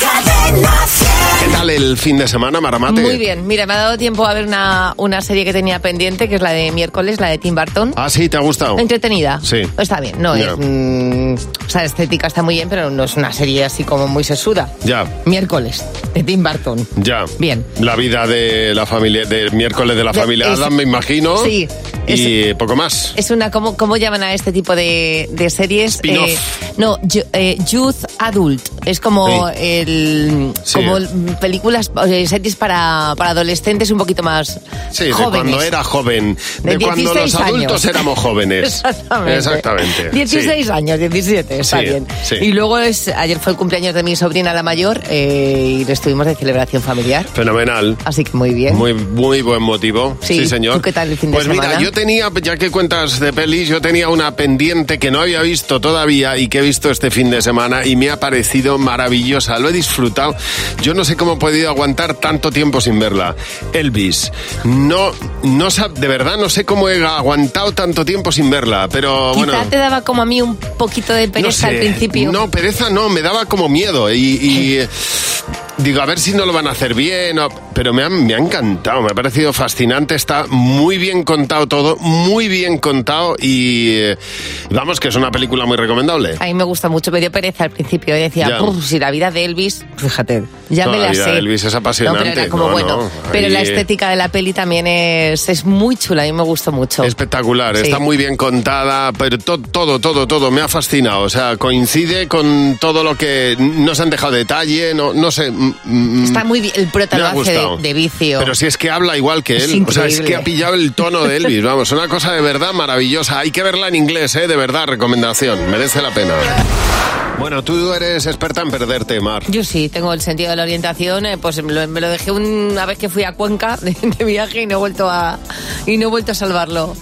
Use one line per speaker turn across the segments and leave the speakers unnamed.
Cadena 100.
¿Qué tal el fin de semana, Maramate?
Muy bien, mira, me ha dado tiempo a ver una, una serie que tenía pendiente, que es la de miércoles, la de Tim Burton.
Ah, sí, ¿te ha gustado?
Entretenida.
Sí.
Está bien, no
Ya.
es. mm, o sea, estética está muy bien, pero no es una serie así como muy sesuda.
Ya,
Miércoles, de Tim Burton.
ya.
Bien.
La vida de la familia, de miércoles de la
De-
familia
es-
Adam, me imagino.
Sí,
Y poco más.
Es una, ¿cómo, cómo llaman a este tipo de, de series? Eh,
Spin-off.
no, yo- eh, Youth Adult. Es como
Sí.
el
Sí. eh.
como el- películas, o sea, series para, para adolescentes un poquito más
Sí, de
jóvenes.
cuando era joven.
De
cuando los
16 años.
adultos éramos jóvenes.
Exactamente.
Exactamente, sí.
16 años, 17, está
Sí,
bien.
sí.
Y luego es, ayer fue el cumpleaños de mi sobrina la mayor eh, y le estuvimos de celebración familiar.
Fenomenal.
Así que muy bien.
Muy, muy buen motivo. Sí,
Sí,
señor.
¿tú qué tal el fin de
pues mira,
semana?
yo tenía, ya que cuentas de pelis, yo tenía una pendiente que no había visto todavía y que he visto este fin de semana y me ha parecido maravillosa. Lo he disfrutado. Yo no sé cómo he podido aguantar tanto tiempo sin verla. Elvis. No, no sab- de verdad no sé cómo he aguantado tanto tiempo sin verla, pero
Quizá
bueno.
te daba como a mí un poquito de pereza
No sé.
al principio.
No, pereza no, me daba como miedo. Y, y, eh, digo, a ver si no lo van a hacer bien. o- pero me ha, me ha encantado, me ha parecido fascinante. Está muy bien contado todo, muy bien contado. Y eh, vamos, que es una película muy recomendable.
A mí me gusta mucho, me dio pereza al principio. Y decía,
Ya.
"Uf, si la vida de Elvis, fíjate, ya
No,
me
la
la,
vida
sé.
de Elvis es apasionante.
No, pero era como
No,
bueno.
no,
Pero la
ahí-
estética de la peli también es, es muy chula, a mí me gustó mucho.
Espectacular,
Sí.
está muy bien contada, pero to- todo, todo, todo, me ha fascinado. O sea, coincide con todo lo que no se han dejado detalle, no, no sé. mm, mm,
Está muy bien, el prota
Me
lo
ha
hace de,
gustado.
de vicio.
Pero si es que habla igual que
Es
él. O sea, es
increíble.
que ha pillado el tono de Elvis. Vamos, una cosa de verdad maravillosa. Hay que verla en inglés, ¿eh? De verdad, recomendación. Merece la pena. Bueno, tú eres experta en perderte, Mar.
Yo sí, tengo el sentido de la orientación, eh, pues me lo, me lo dejé una vez que fui a Cuenca de, de viaje y no he vuelto a y no he vuelto a salvarlo.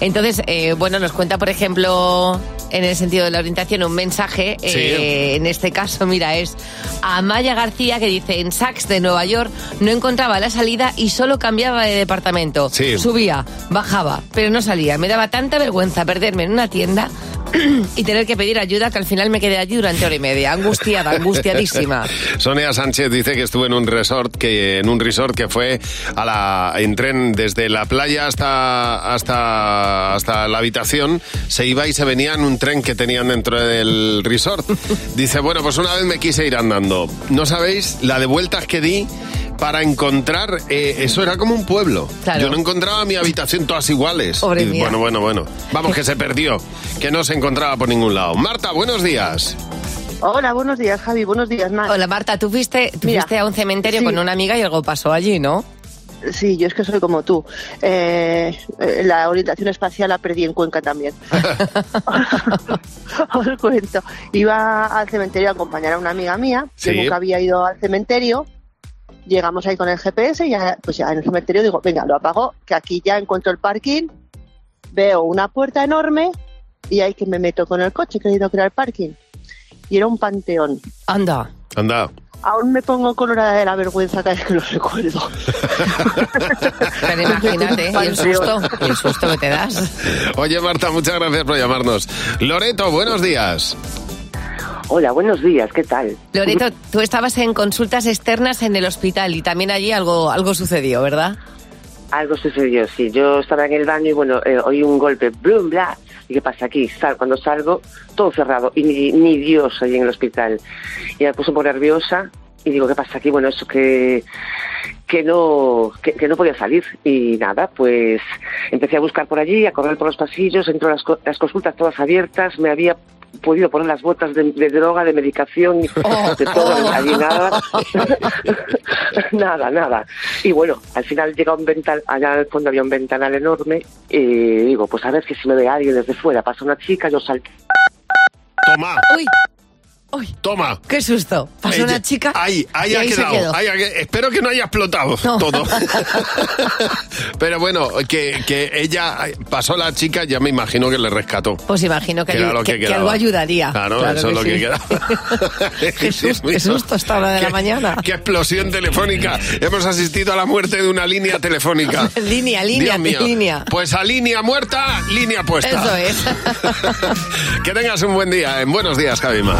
Entonces, eh, bueno, nos cuenta, por ejemplo, en el sentido de la orientación, un mensaje.
Sí.
eh, en este caso, mira, es a Maya García que dice, en Saks de Nueva York no encontraba la salida y solo cambiaba de departamento.
Sí.
Subía, bajaba, pero no salía. Me daba tanta vergüenza perderme en una tienda. Y tener que pedir ayuda que al final me quedé allí durante hora y media, angustiada, angustiadísima.
Sonia Sánchez dice que estuvo en un resort que en un resort que fue a la en tren desde la playa hasta hasta hasta la habitación se iba y se venía en un tren que tenían dentro del resort. Dice bueno pues una vez me quise ir andando. No sabéis la de vueltas que di. Para encontrar, eh, eso era como un pueblo.
Claro.
Yo no encontraba mi habitación todas iguales.
Pobre
Y,
mía.
bueno, bueno, bueno. Vamos, que se perdió, que no se encontraba por ningún lado. Marta, buenos días.
Hola, buenos días, Javi. Buenos días, Mar.
Hola Marta, tú fuiste, tú
Mira,
fuiste a un cementerio
sí.
con una amiga y algo pasó allí, ¿no?
Sí, yo es que soy como tú. Eh, eh, la orientación espacial la perdí en Cuenca también. Os cuento. Iba al cementerio a acompañar a una amiga mía que
Sí.
nunca había ido al cementerio. Llegamos ahí con el GPS y ya, pues ya en el cementerio digo, venga, lo apago, que aquí ya encuentro el parking. Veo una puerta enorme y ahí que me meto con el coche queriendo crear parking. Y era un panteón.
Anda.
Anda.
Aún me pongo colorada de la vergüenza cada vez que lo recuerdo.
Pero imagínate, y el susto, y el susto que te das.
Oye, Marta, muchas gracias por llamarnos. Loreto, buenos días.
Hola, buenos días, ¿qué tal?
Loreto, tú estabas en consultas externas en el hospital y también allí algo, algo sucedió, ¿verdad?
Algo sucedió, sí. Yo estaba en el baño y bueno, eh, oí un golpe, blum, bla. ¿Y qué pasa aquí? Sal, cuando salgo, todo cerrado y ni, ni Dios ahí en el hospital. Y me puse un poco nerviosa y digo, ¿qué pasa aquí? Bueno, eso que que no que, que no podía salir y nada pues empecé a buscar por allí a correr por los pasillos entre las, co- las consultas todas abiertas me había podido poner las botas de, de droga de medicación de todo allí nada nada nada y bueno al final llega un ventanal allá al fondo había un ventanal enorme y digo pues a ver que si me ve alguien desde fuera pasa una chica yo salto
Toma.
Uy,
Toma.
¡Qué susto! Pasó
Ella-
una chica.
Ahí, ahí
y
ha
ahí se
quedado.
quedó.
ahí ha que- espero que no haya explotado todo. Pero bueno, que, que ella pasó la chica, ya me imagino que le rescató.
Pues imagino que,
Que era
ayu-
lo que
que- que
quedaba.
algo ayudaría.
Claro, eso es lo que quedaba.
Jesús, qué susto a esta hora de la
Qué-
mañana.
Qué explosión telefónica. Hemos asistido a la muerte de una línea telefónica.
Línea, línea,
Dios mío.
línea.
Pues a línea muerta, línea puesta.
Eso es.
Que tengas un buen día. En buenos días, Javi Mar.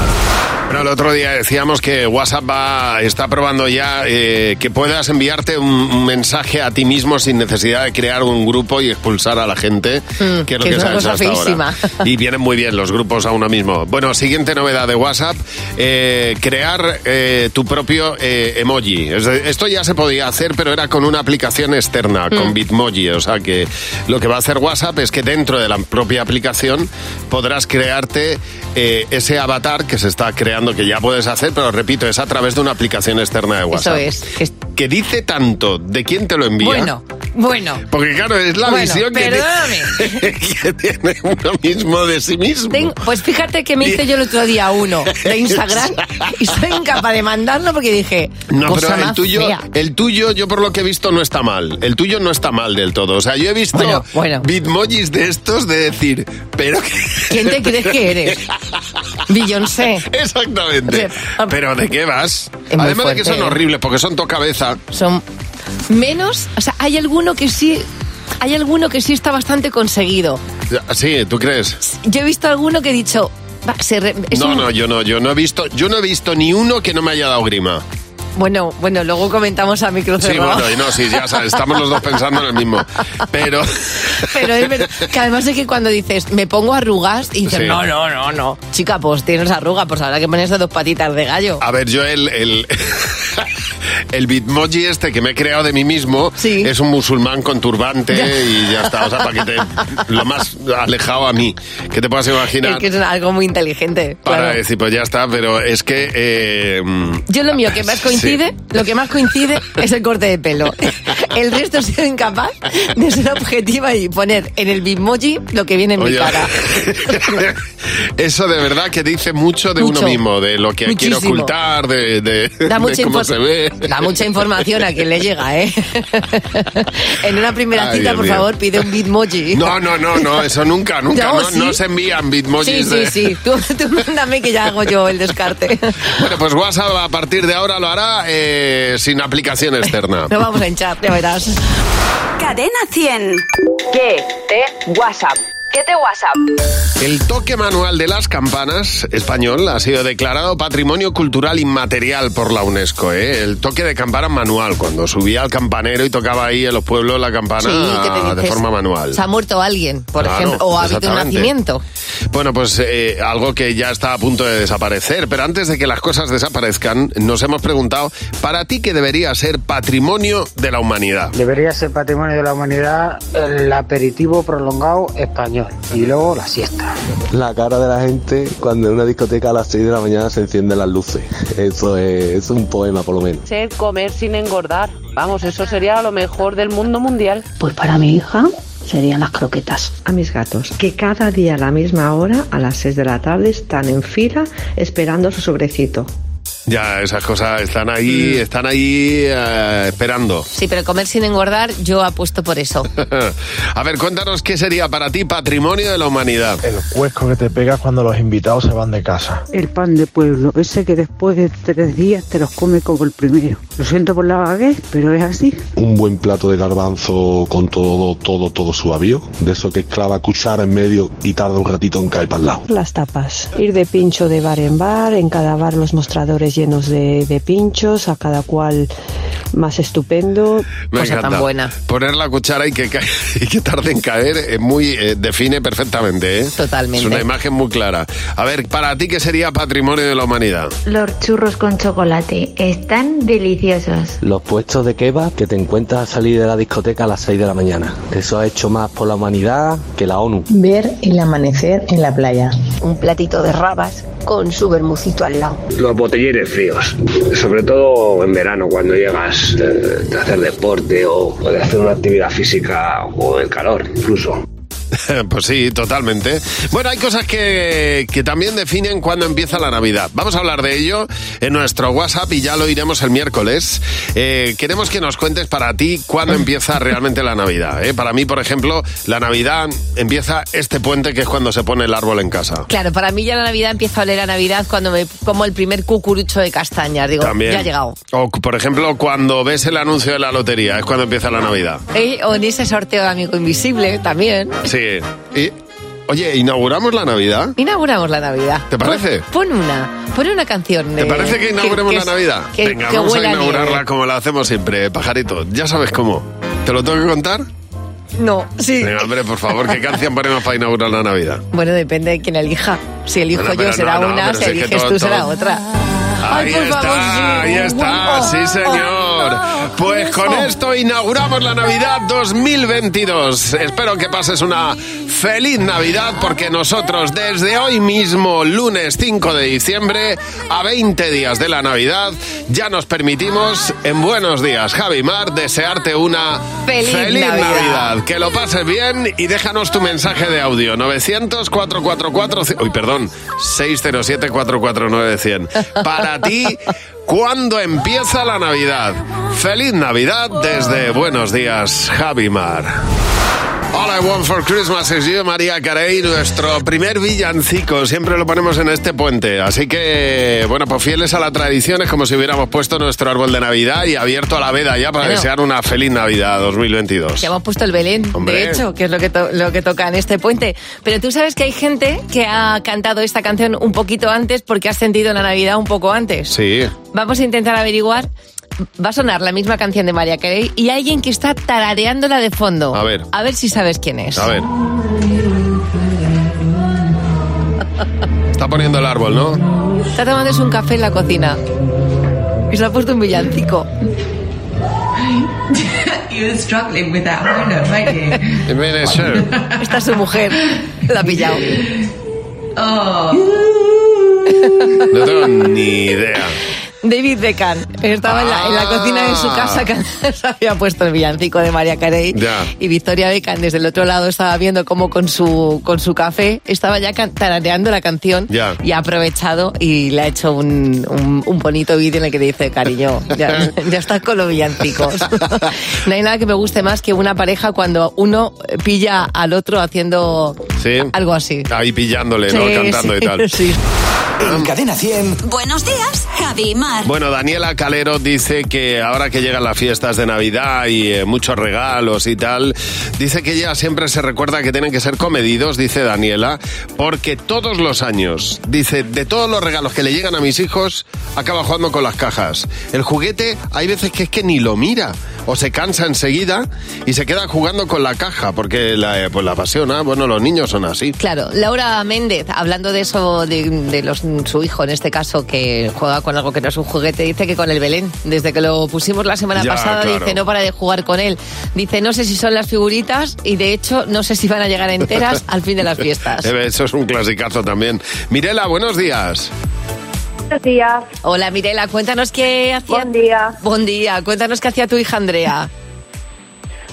Bueno, el otro día decíamos que WhatsApp va- está probando ya eh, que puedas enviarte un, un mensaje a ti mismo sin necesidad de crear un grupo y expulsar a la gente,
Mm,
que es lo
que
que
es una
se ha hecho
cosa
hasta ahora.
feísima.
Y vienen muy bien los grupos a uno mismo. Bueno, siguiente novedad de WhatsApp, eh, crear eh, tu propio eh, emoji. Es de- Esto ya se podía hacer, pero era con una aplicación externa,
Mm.
con Bitmoji. O sea que lo que va a hacer WhatsApp es que dentro de la propia aplicación podrás crearte eh, ese avatar que se está creando, que ya puedes hacer, pero repito, es a través de una aplicación externa de
Eso
WhatsApp.
es. que es-
Que dice tanto de quién te lo envía.
Bueno, bueno.
Porque claro, es la
Bueno,
visión que, ti-
perdóname.
que tiene uno mismo de sí mismo.
Ten- pues fíjate que me hice yo el otro día uno de Instagram y soy incapaz de mandarlo porque dije.
No,
cosa
pero el
más
tuyo,
fea.
el tuyo, yo por lo que he visto no está mal. El tuyo no está mal del todo. O sea, yo he visto
Bueno, bueno.
bitmojis de estos de decir, pero qué-
¿Quién te crees que eres? Beyoncé.
Exactamente.
O sea,
Pero ¿de qué vas?
Es muy
Además de que
fuerte,
son
¿eh?
horribles porque son tocabeza.
Son menos. O sea, hay alguno que sí. Hay alguno que sí está bastante conseguido.
Sí, ¿tú crees?
Yo he visto alguno que he dicho. va, se re- es
no,
un-
no, yo no, yo no he visto, yo no he visto ni uno que no me haya dado grima.
Bueno, bueno, luego comentamos a micro
Sí,
cerrado.
bueno, y no, sí, ya sabes, estamos los dos pensando en el mismo. Pero
Pero es verdad que además es que cuando dices, me pongo arrugas, y dices,
Sí.
no, no, no, no. Chica, pues tienes arrugas, pues habrá que ponerse dos patitas de gallo.
A ver, yo el, el, el bitmoji este que me he creado de mí mismo
Sí.
es un musulmán con turbante y ya está. O sea, para que te, lo más alejado a mí que te puedas
Es
imaginar.
que es algo muy inteligente.
Para
claro.
decir, pues ya está, pero es que... eh, mm,
Yo lo mío que más
Sí.
coincide, lo que más coincide es el corte de pelo. El resto he sido incapaz de ser objetiva y poner en el bitmoji lo que viene en
Oye,
mi cara.
Eso de verdad que dice mucho de
Mucho.
uno mismo, de lo que quiere
Muchísimo.
ocultar, de, de-
Da
de
mucha,
cómo
infor-
se ve.
da mucha información a quien le llega, ¿eh? En una primera
Ay,
cita,
Dios
por
mío.
favor, pide un bitmoji.
No, no, no, no, eso nunca, nunca.
No,
No,
sí.
no se envían bitmojis
Sí, sí,
de-
sí. Tú, tú mándame que ya hago yo el descarte.
Bueno, pues WhatsApp a partir de ahora lo hará eh, sin aplicación externa.
No vamos a hinchar, ya verás.
Cadena 100.
¿Qué te WhatsApp? ¿Qué te WhatsApp?
El toque manual de las campanas español ha sido declarado patrimonio cultural inmaterial por la UNESCO. ¿eh? El toque de campana manual, cuando subía al campanero y tocaba ahí en los pueblos la
Sí, que te
campana de
dices,
forma manual.
Se ha muerto alguien, por
Claro,
ejemplo, o ha habido un
exactamente.
nacimiento.
Bueno, pues eh, algo que ya está a punto de desaparecer, pero antes de que las cosas desaparezcan, nos hemos preguntado, ¿para ti qué debería ser patrimonio de la humanidad?
Debería ser patrimonio de la humanidad el aperitivo prolongado español y luego la siesta.
La cara de la gente cuando en una discoteca a las 6 de la mañana se encienden las luces. Eso es, es un poema, por lo menos.
Ser, comer sin engordar. Vamos, eso sería lo mejor del mundo mundial.
Pues para mi hija serían las croquetas.
a mis gatos, que cada día a la misma hora, a las 6 de la tarde, están en fila esperando su sobrecito.
Ya, esas cosas están ahí,
Mm.
están ahí eh, esperando. Eh,
Sí, pero comer sin engordar, yo apuesto por eso.
A ver, cuéntanos qué sería para ti patrimonio de la humanidad.
El cuesco que te pegas cuando los invitados se van de casa.
El pan de pueblo, ese que después de tres días te los come como el primero. Lo siento por la vaguez, pero es así.
Un buen plato de garbanzo con todo, todo, todo su avío. De eso que clava cuchara en medio y tarda un ratito en caer para el lado.
Las tapas. Ir de pincho de bar en bar, en cada bar los mostradores llenos de, de pinchos, a cada cual más estupendo.
Me
Cosa tan
encanta.
buena.
Poner la cuchara y que, ca- y que tarde en caer es muy eh, define perfectamente. ¿eh?
Totalmente.
Es una imagen muy clara. A ver, para ti qué sería patrimonio de la humanidad.
Los churros con chocolate están deliciosos.
Los puestos de kebab que te encuentras al salir de la discoteca a las 6 de la mañana. Eso ha hecho más por la humanidad que la ONU.
Ver el amanecer en la playa.
Un platito de rabas con su bermucito al lado.
Los botellines fríos, sobre todo en verano cuando llegas eh, de, hacer deporte o, o de hacer una actividad física o el calor incluso.
Pues sí, totalmente. Bueno, hay cosas que, que también definen cuándo empieza la Navidad. Vamos a hablar de ello en nuestro WhatsApp y ya lo iremos el miércoles. Eh, queremos que nos cuentes para ti cuándo empieza realmente la Navidad. ¿eh? Para mí, por ejemplo, la Navidad empieza este puente que es cuando se pone el árbol en casa.
Claro, para mí ya la Navidad empieza a oler a Navidad cuando me como el primer cucurucho de castañas. Digo,
También.
ya ha llegado.
O, por ejemplo, cuando ves el anuncio de la lotería, es cuando empieza la Navidad.
Eh, o en ese sorteo de Amigo Invisible también.
Sí. Y, oye, ¿inauguramos la Navidad?
Inauguramos la Navidad.
¿Te parece?
Pon una, pon una canción.
¿Te
eh,
parece que inauguremos la
es-
Navidad?
que-
Venga,
que
vamos a
huela nieve.
inaugurarla como la hacemos siempre, eh, pajarito. Ya sabes cómo. ¿Te lo tengo que contar?
No, sí.
Venga, hombre, por favor, ¿qué canción ponemos para inaugurar la Navidad?
Bueno, depende de quién elija. Si elijo
Bueno, pero
yo será
no, no,
una,
pero
si
si es que
eliges
todo-
tú será
todo-
otra.
Ahí está, ahí está, sí
Ah,
señor. Pues con esto inauguramos la Navidad 2022. Espero que pases una feliz Navidad porque nosotros desde hoy mismo, lunes 5 de diciembre, a 20 días de la Navidad, ya nos permitimos en Buenos Días, Javi Mar, desearte una
Feliz
Navidad.
Navidad.
Que lo pases bien y déjanos tu mensaje de audio 900 444 uy, perdón, 607 449 100. Para ti, ¿cuándo empieza la Navidad? Feliz Navidad desde Buenos Días, Javi Mar. All I want for Christmas is you, María Carey, nuestro primer villancico. Siempre lo ponemos en este puente. Así que, bueno, pues fieles a la tradición, es como si hubiéramos puesto nuestro árbol de Navidad y abierto a la veda ya para
Claro.
desear una feliz Navidad 2022.
Ya hemos puesto el Belén,
Pues, Hombre.
de hecho, que es lo que, to- lo que toca en este puente. Pero tú sabes que hay gente que ha cantado esta canción un poquito antes porque ha sentido la Navidad un poco antes.
Sí.
Vamos a intentar averiguar. Va a sonar la misma canción de María Carey y alguien que está tarareándola de fondo.
A ver.
A ver si sabes quién es.
A ver. Está poniendo el árbol, ¿no?
Está tomándose un café en la cocina. Y se ha puesto un villancico.
You're struggling with
Ah,
that window, aren't you?
Mire, sir.
Esta es su mujer. La ha pillado.
Oh.
No tengo ni idea.
David Beckham estaba en, la, en la
Ah.
cocina de su casa que se había puesto el villancico de María Carey
Ya.
y Victoria Beckham desde el otro lado estaba viendo cómo con su con su café estaba ya can- tarareando la canción
Ya.
y ha aprovechado y le ha hecho un, un- un bonito vídeo en el que le dice cariño ya, ya estás con los villancicos no hay nada que me guste más que una pareja cuando uno pilla al otro haciendo
Sí.
algo así
Ahí pillándole, ¿no?
Sí,
Cantando
sí,
y tal.
sí.
En Cadena 100.
Buenos días, Javi y Mar.
Bueno, Daniela Calero dice que ahora que llegan las fiestas de Navidad y eh, muchos regalos y tal, dice que ella siempre se recuerda que tienen que ser comedidos, dice Daniela, porque todos los años, dice, de todos los regalos que le llegan a mis hijos, acaba jugando con las cajas. El juguete hay veces que es que ni lo mira o se cansa enseguida y se queda jugando con la caja porque la, eh, pues la apasiona. Bueno, los niños son así.
Claro, Laura Méndez, hablando de eso, de, de los, su hijo en este caso, que juega con algo que no es un juguete, dice que con el Belén, desde que lo pusimos la semana
Ya,
pasada,
claro.
dice no para de jugar con él. Dice, no sé si son las figuritas y de hecho no sé si van a llegar enteras al fin de las fiestas.
Eh, Eso es un clasicazo también. Mirela, buenos días.
Buenos días. Hola Mirela, cuéntanos qué hacía. Buen día. Buen día, cuéntanos qué hacía tu hija Andrea.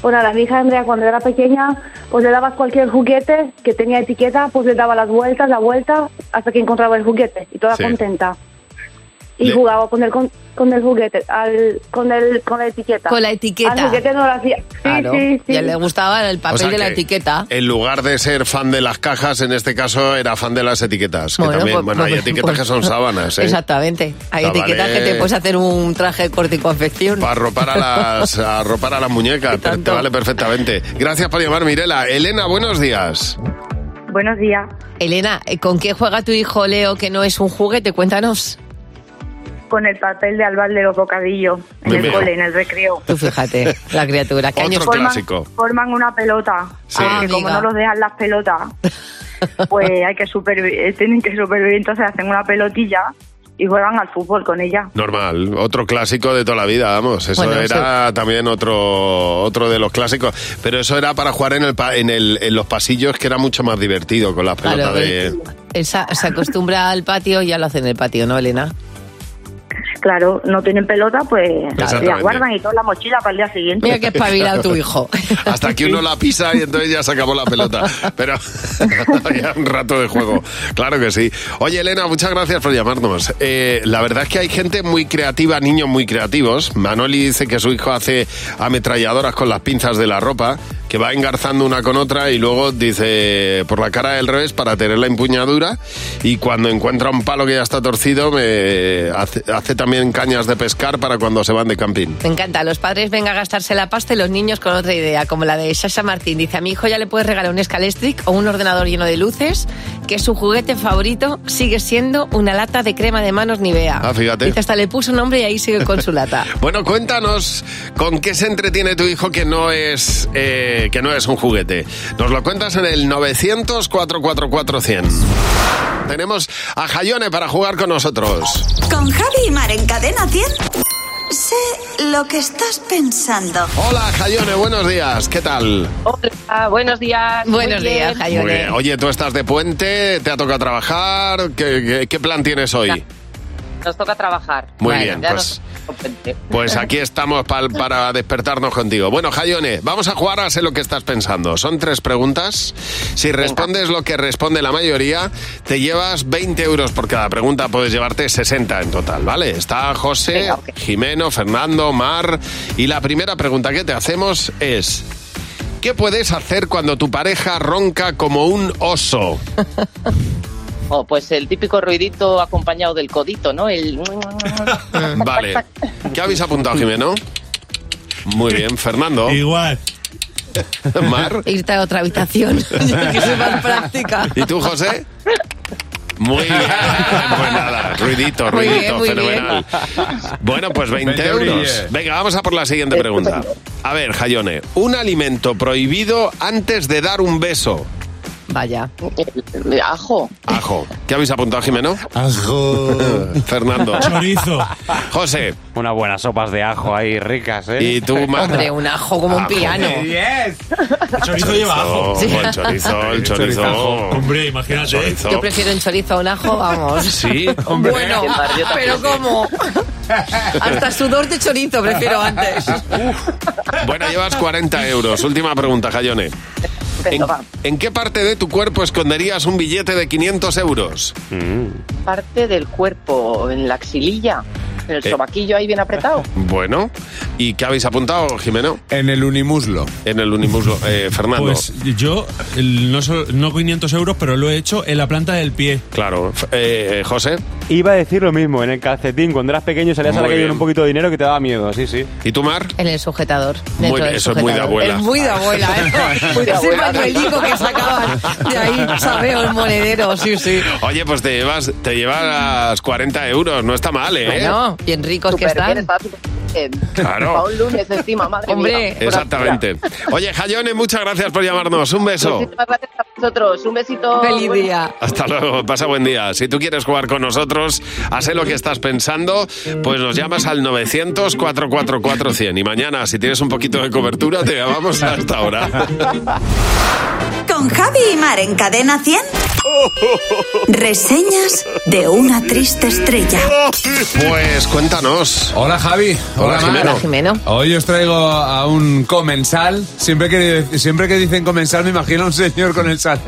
Bueno, a mi hija Andrea cuando era pequeña, pues le dabas cualquier juguete que tenía etiqueta, pues le daba las vueltas, la vuelta, hasta que encontraba el juguete y toda
Sí.
contenta. Y
Le-
jugaba con el, con, con el juguete, al, con, el, con la etiqueta.
Con la etiqueta.
Al juguete no lo hacía. Sí,
Claro,
sí, sí.
Ya le gustaba el papel
O sea
de la
que-
etiqueta.
En lugar de ser fan de las cajas, en este caso era fan de las etiquetas. que
Bueno,
también,
pues-
bueno, hay
pues-
etiquetas que son sábanas, ¿eh?
Exactamente. Hay
Chavalé.
etiquetas que te puedes hacer un traje corticoafección.
Para arropar a las, a arropar a las muñecas, te, te vale perfectamente. Gracias por llamar, Mirela. Elena, buenos días.
Buenos días. Elena, ¿eh, ¿con qué juega tu hijo Leo que no es un juguete? Cuéntanos.
con el papel de albal de los bocadillos en
Muy
el
bien.
cole, en el recreo.
Tú fíjate, la criatura. ¿Qué años
forman,
clásico.
forman una pelota.
Sí.
porque
Ah, amiga.
como no los dejan las pelotas, pues hay que supervi- eh, tienen que supervivir, entonces hacen una pelotilla y juegan al fútbol con ella.
Normal, otro clásico de toda la vida, vamos. Eso
Bueno,
era también otro otro de los clásicos, pero eso era para jugar en el pa- en, el, en los pasillos que era mucho más divertido con las pelotas
Claro,
de
Él sa- se acostumbra al patio y ya lo hace en el patio, ¿no, Elena?
claro, no tienen pelota, pues la
Exactamente.
guardan y toda la mochila para el día siguiente.
Hasta que uno la pisa y entonces ya se acabó la pelota. Pero ya un rato de juego. Claro que sí. Oye, Elena, muchas gracias por llamarnos. Eh, la verdad es que hay gente muy creativa, niños muy creativos. Manoli dice que su hijo hace ametralladoras con las pinzas de la ropa, que va engarzando una con otra y luego dice por la cara del revés para tener la empuñadura. Y cuando encuentra un palo que ya está torcido, me hace, hace también cañas de pescar para cuando se van de camping.
Me encanta, los padres vengan a gastarse la pasta y los niños con otra idea, como la de Sasha Martín. Dice, a mi hijo ya le puedes regalar un Scalestric o un ordenador lleno de luces, que su juguete favorito sigue siendo una lata de crema de manos Nivea.
Ah, fíjate.
Dice, hasta le puso nombre y ahí sigue con su lata.
Bueno, cuéntanos con qué se entretiene tu hijo que no es eh, que no es un juguete. Nos lo cuentas en el 900 444 100. Tenemos a Jayone para jugar con nosotros.
Con Javi y Mar en Cadena 100. Sé lo que estás pensando.
Hola, Jayone, buenos días. ¿Qué tal?
Hola, buenos días.
Buenos días,
Muy bien. Oye, tú estás de puente, te ha tocado trabajar. ¿Qué, qué- qué plan tienes hoy?
Nos toca trabajar.
Muy bien,
ya
pues-
nos- puente.
Pues aquí estamos pal- para despertarnos contigo. Bueno, Jayone, vamos a jugar a sé lo que estás pensando. Son tres preguntas. Si respondes lo que responde la mayoría, te llevas 20 euros por cada pregunta. Puedes llevarte 60 en total, ¿vale? Está José, Jimeno, Fernando, Mar. Y la primera pregunta que te hacemos es... ¿Qué puedes hacer cuando tu pareja ronca como un oso?
Oh, pues el típico ruidito acompañado del codito, ¿no? El...
Vale. ¿Qué habéis apuntado, Jimeno? Muy bien, Fernando. Igual. Mar.
Irte a otra habitación. que soy más práctica.
¿Y tú, José? Muy bien. Pues nada, ruidito,
Muy bien,
ruidito,
muy bien.
fenomenal. Bueno, pues 20,
20
euros.
brilles.
Venga, vamos a por la siguiente pregunta. A ver, Jayone, un alimento prohibido antes de dar un beso.
Vaya.
ajo.
Ajo. ¿Qué habéis apuntado, Jimeno? Ajo. Fernando.
Chorizo.
José.
Unas buenas sopas de ajo ahí ricas, ¿eh?
Y tú, Mar.
Hombre, un ajo como un
Ajo.
piano.
chorizo lleva ajo.
Sí. el chorizo, el chorizo.
ajo. Hombre, imagínate.
Yo prefiero un chorizo a un ajo, vamos.
Sí,
hombre.
Bueno, pero ¿cómo? Hasta sudor de chorizo prefiero antes.
Bueno, llevas 40 euros. Última pregunta, Jayone. ¿En, en qué parte de tu cuerpo esconderías un billete de 500 euros?
Mm.
Parte del cuerpo, en la axililla, en el
Eh.
sobaquillo ahí bien apretado.
Bueno, ¿y qué habéis apuntado, Jimeno?
En el unimuslo.
En el unimuslo. Eh, Fernando.
Pues yo, el- no, so- no 500 euros, pero lo he hecho en la planta del pie.
Claro. Eh, José.
Iba a decir lo mismo, en el calcetín, cuando eras pequeño salías a la
Muy
calle
bien.
con un poquito de dinero que te daba miedo, sí, sí.
¿Y tú, Mar?
En el sujetador. dentro
Muy bien,
del
eso es muy de
sujetador.
abuela.
Es muy de abuela, ¿eh?
Muy de
Ese
abuela.
pañuelico que sacaban de ahí, ¿sabes? El monedero, sí, sí.
Oye, pues te llevas, te llevas 40 euros. No está mal, ¿eh?
Bueno, bien ricos que
Súper bien,
están.
está súper bien.
Claro.
Pa' un lunes encima, madre mía.
Hombre.
Exactamente. Oye, Jayone, muchas gracias por llamarnos. Un beso.
Muchísimas gracias a vosotros. Un besito.
Feliz día.
Hasta luego, pasa buen día. Si tú quieres jugar con nosotros, hace lo que estás pensando, pues nos llamas al 900-444-100. Y mañana, si tienes un poquito de cobertura, te llamamos hasta ahora.
Con Javi y Mar en Cadena 100. Reseñas de una triste estrella.
Pues cuéntanos.
Hola Javi.
Hola,
Mar.
Jimeno. Hola,
Hoy os traigo a un comensal. Siempre que, siempre que dicen comensal me imagino a un señor con el sal.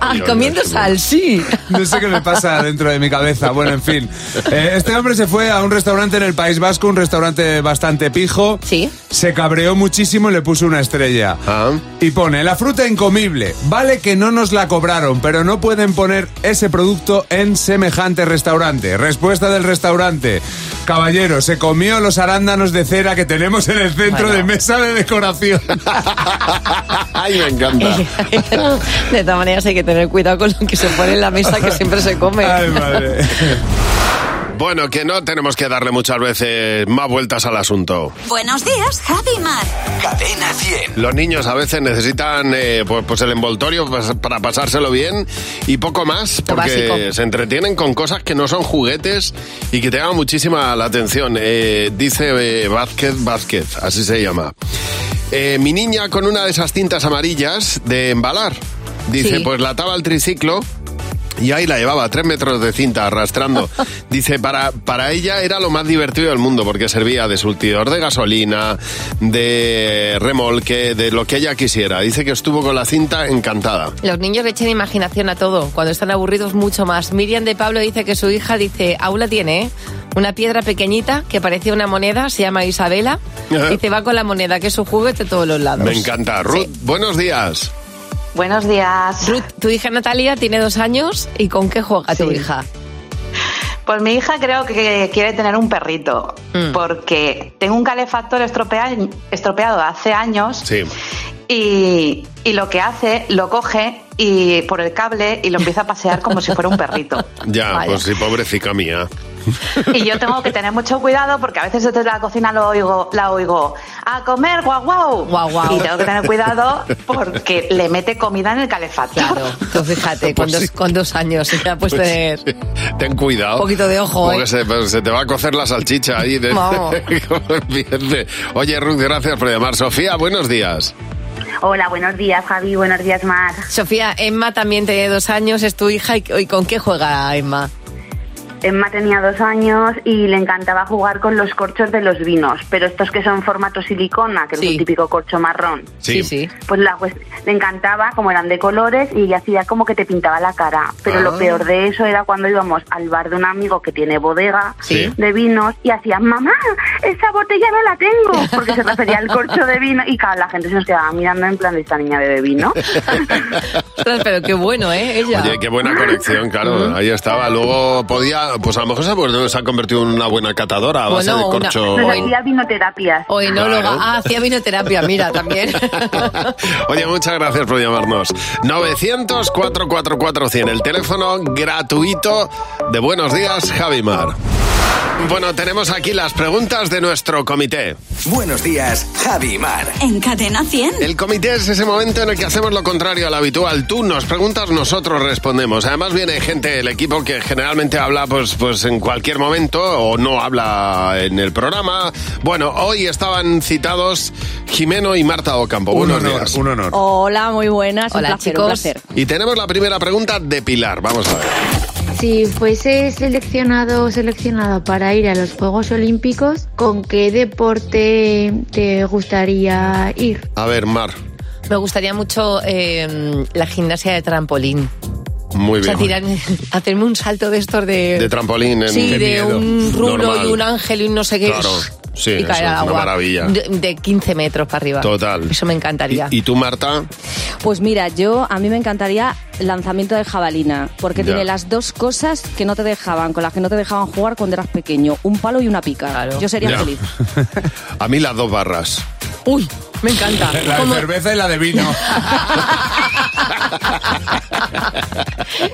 Ah, comiendo sal, sí.
No sé qué me pasa dentro de mi cabeza. Bueno, en fin. Eh, este hombre se fue a un restaurante en el País Vasco, un restaurante bastante pijo.
Sí.
Se cabreó muchísimo y le puso una estrella.
Ah.
Y pone, la fruta incomible. Vale que no nos la cobraron, pero no pueden poner ese producto en semejante restaurante. Respuesta del restaurante. Caballero, se comió los arándanos de cera que tenemos en el centro de mesa de decoración.
Ay, me encanta.
De todas maneras hay que tener cuidado con lo que se pone en la mesa que siempre se come.
Bueno, que no tenemos que darle muchas veces más vueltas al asunto.
Buenos días, Javi y Mar. Cadena 100.
Los niños a veces necesitan eh, pues, pues el envoltorio pas- para pasárselo bien y poco más, porque
básico.
se entretienen con cosas que no son juguetes y que te llaman muchísima la atención. Eh, dice eh, Vázquez Vázquez, así se llama. Eh, mi niña con una de esas cintas amarillas de embalar. Dice,
Sí.
pues la ataba al triciclo Yo ahí la llevaba, tres metros de cinta arrastrando. Dice, para, para ella era lo más divertido del mundo porque servía de surtidor de gasolina, de remolque, de lo que ella quisiera. Dice que estuvo con la cinta encantada.
Los niños le echan imaginación a todo. Cuando están aburridos, mucho más. Miriam de Pablo dice que su hija dice, aula tiene, ¿eh? Una piedra pequeñita que parece una moneda, se llama Isabela, y te va con la moneda, que es un juguete de todos los lados.
Me encanta. Ruth, buenos días.
Buenos días. Ruth, tu hija Natalia tiene dos años, ¿y con qué juega tu hija?
Pues mi hija creo que quiere tener un perrito,
Mm.
porque tengo un calefactor estropea- estropeado hace años
Sí.
y, y lo que hace, lo coge y por el cable y lo empieza a pasear como si fuera un perrito.
Ya,
Vaya.
pues sí, pobrecica mía.
Y yo tengo que tener mucho cuidado porque a veces desde la cocina lo oigo, la oigo a comer, guau guau. Y tengo que tener cuidado porque le mete comida en el calefactor.
Tú fíjate, con, dos, con dos años se te ha puesto de...
Pues, ten cuidado.
Un poquito de ojo,
Porque
¿eh?
se, pues, se te va a cocer la salchicha ahí. De,
Vamos.
como empiece. Oye, Ruth, gracias por llamar. Sofía, buenos días.
Hola, buenos días, Javi. Buenos días, Mar. Sofía, Emma también tiene dos años, es tu hija. ¿Y y con qué juega Emma?
Emma tenía dos años y le encantaba jugar con los corchos de los vinos, pero estos que son formato silicona, que es un típico corcho marrón.
Sí. Sí, sí.
Pues la cuest- le encantaba, como eran de colores, y ella hacía como que te pintaba la cara. Pero
Ah.
lo peor de eso era cuando íbamos al bar de un amigo que tiene bodega
Sí.
de vinos y hacía, mamá, esa botella no la tengo, porque se refería al corcho de vino y claro, la gente se nos quedaba mirando en plan de esta niña bebe vino.
Ostras, pero qué bueno, ¿eh? Ella.
Oye, qué buena conexión, claro. Ahí estaba. Luego podía, pues a lo mejor se ha, vuelto- se ha convertido en una buena catadora a base
Bueno,
de
una-
corcho.
Nos hacía vinoterapias.
O enóloga.
Claro.
Ah, hacía vinoterapia, mira, también.
Oye, muchas gracias por llamarnos. 900-444-100, el teléfono gratuito de Buenos Días, Javimar. Bueno, tenemos aquí las preguntas de nuestro comité.
Buenos días, Javi Mar.
En Cadena 100.
El comité es ese momento en el que hacemos lo contrario al habitual. Tú nos preguntas, nosotros respondemos. Además viene gente del equipo que generalmente habla pues, pues en cualquier momento o no habla en el programa. Bueno, hoy estaban citados Jimeno y Marta Ocampo. Un honor, un honor.
Hola, muy buenas.
Hola,
un placer,
chicos.
Un placer.
Y tenemos la primera pregunta de Pilar. Vamos a ver.
Si fuese seleccionado o seleccionada para ir a los Juegos Olímpicos, ¿con qué deporte te gustaría ir?
A ver, Mar.
Me gustaría mucho eh, la gimnasia de trampolín.
Muy
O sea,
bien.
tirarme- hacerme un salto de estos de...
De trampolín en-
Sí,
Qué
de
miedo.
un rulo
Normal.
y un ángel y un no sé qué.
Claro. Sí,
y
eso
caer
es
al
una
agua.
maravilla.
De, de 15 metros para arriba.
Total.
Eso me encantaría.
¿Y tú, Marta?
Pues mira, yo a mí me encantaría lanzamiento de jabalina, porque
Ya.
tiene las dos cosas que no te dejaban, con las que no te dejaban jugar cuando eras pequeño, un palo y una pica. Yo sería
Ya.
feliz.
A mí las dos barras.
Uy, me encanta.
La de cerveza y la de vino.